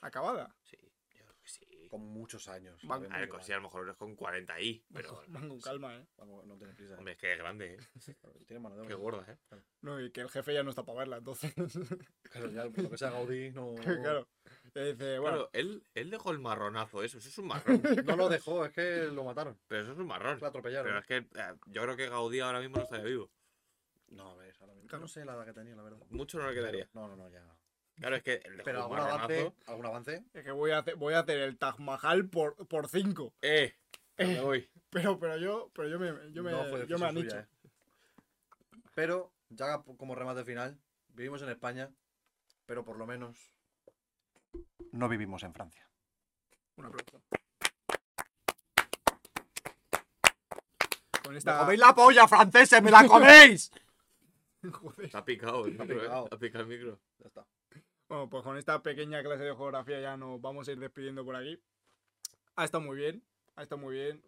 Acabada. Sí, yo creo que sí. Con muchos años. Van- sabemos A ver, que con- va. sí, a lo mejor es con 40 y, pero... Van con calma, ¿eh? Vamos, no tienes prisa. ¿eh? Hombre, es que es grande, ¿eh? Tiene mano de Qué obra. gorda, ¿eh? No, y que el jefe ya no está para verla, entonces. Claro, ya, por lo que sea Gaudí, no. claro. Y dice, bueno, Claro, él, él dejó el marronazo, eso, eso es un marrón. No lo dejó, es que lo mataron. Pero eso es un marrón. Lo atropellaron. Pero es que eh, yo creo que Gaudí ahora mismo no estaría vivo. No, a ver, ahora mismo. Claro. No sé la edad que tenía, la verdad. Mucho no le quedaría. No, no, no, ya. Claro, es que él dejó Pero un algún avance, marronazo. algún avance. es que voy a hacer, voy a hacer el Taj Mahal por, por cinco. ¡Eh! que Me voy. Pero, pero yo, pero yo me, yo me, no fue yo me decisión han dicho. suya, ¿eh? Pero, ya como remate final, vivimos en España, pero por lo menos no vivimos en Francia. Un aplauso. Con ¡Me esta. coméis la polla, franceses! ¡Me la coméis! Joder. Está picado el Está micro, ¿eh? picado. Está picado el micro. ya está. Bueno, pues con esta pequeña clase de geografía ya nos vamos a ir despidiendo por aquí. Ha estado muy bien, ha estado muy bien.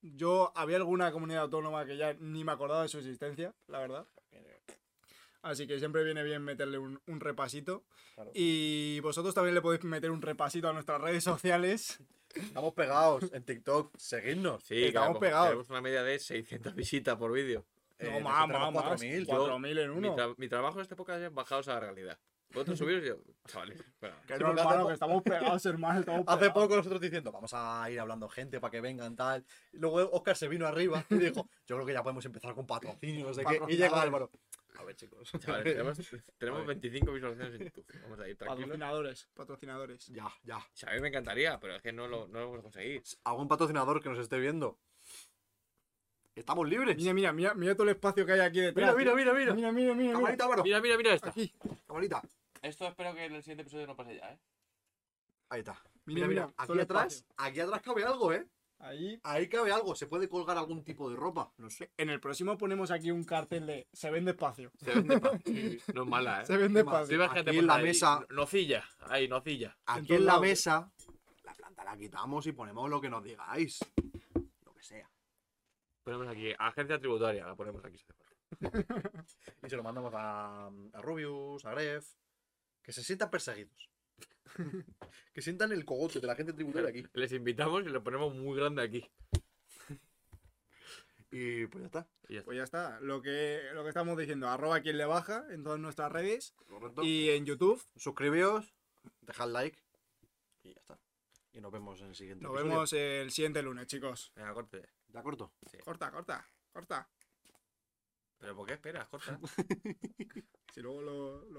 Yo había alguna comunidad autónoma que ya ni me acordaba de su existencia, la verdad. Así que siempre viene bien meterle un, un repasito. Claro. Y vosotros también le podéis meter un repasito a nuestras redes sociales. Estamos pegados en TikTok, seguidnos. Eh, Sí, que Estamos a lo mejor pegados. Tenemos una media de 600 visitas por vídeo. no, Eh, más, nosotros más, más. tenemos 4.000. 4.000 en Mi, uno. tra- mi trabajo en este podcast es bajaos a la realidad. Vosotros subiros y yo. Chavales, bueno, Que Sí, no, porque hace hermano, po- que estamos pegados, hermano. estamos Hace pegados. poco nosotros diciendo, vamos a ir hablando gente para que vengan tal. Y Luego Oscar se vino arriba y dijo, yo creo que ya podemos empezar con patrocinio, no sé qué. Y llega Álvaro. A ver, chicos. chavales, tenemos, tenemos A ver. 25 visualizaciones en YouTube. Vamos a ir tranquilos. Patrocinadores, patrocinadores. Ya, ya. O sea, a mí me encantaría, pero es que no lo, no lo vamos a conseguir. ¿Algún patrocinador que nos esté viendo? Estamos libres. Mira, mira, mira, mira todo el espacio que hay aquí detrás. mira, mira, mira, mira, mira, mira. Camarita, Álvaro. Mira, mira, mira esto. Aquí. Camarita. Esto espero que en el siguiente episodio no pase ya, ¿eh? Ahí está. Mira, mira, todo Aquí el atrás, espacio. aquí atrás cabe algo, ¿eh? Ahí. Ahí cabe algo. Se puede colgar algún tipo de ropa. No sé. En el próximo ponemos aquí un cartel de se vende espacio. Se vende pa- No es mala, ¿eh? Se vende Más, Sí, espacio. imagínate Aquí por en la ahí, mesa. Nocilla. Ahí, nocilla. Aquí todos en la lados. mesa. La planta la quitamos y ponemos lo que nos digáis. Lo que sea. Ponemos aquí, agencia tributaria, la ponemos aquí. si hace falta. Y se lo mandamos a, a Rubius, a Gref. Que se sientan perseguidos. que sientan el cogote de la gente tributaria aquí. Les invitamos y lo ponemos muy grande aquí. Y pues ya está. Y ya está. Pues ya está, lo que, lo que estamos diciendo, arroba quien le baja en todas nuestras redes Correcto. y en YouTube. Suscribíos, dejad like y ya está. Y nos vemos en el siguiente Nos episodio. vemos el siguiente lunes, chicos. Venga, corte. Ya corto. Corta, corta, corta. ¿Pero por qué esperas? Corta. Si luego lo- lo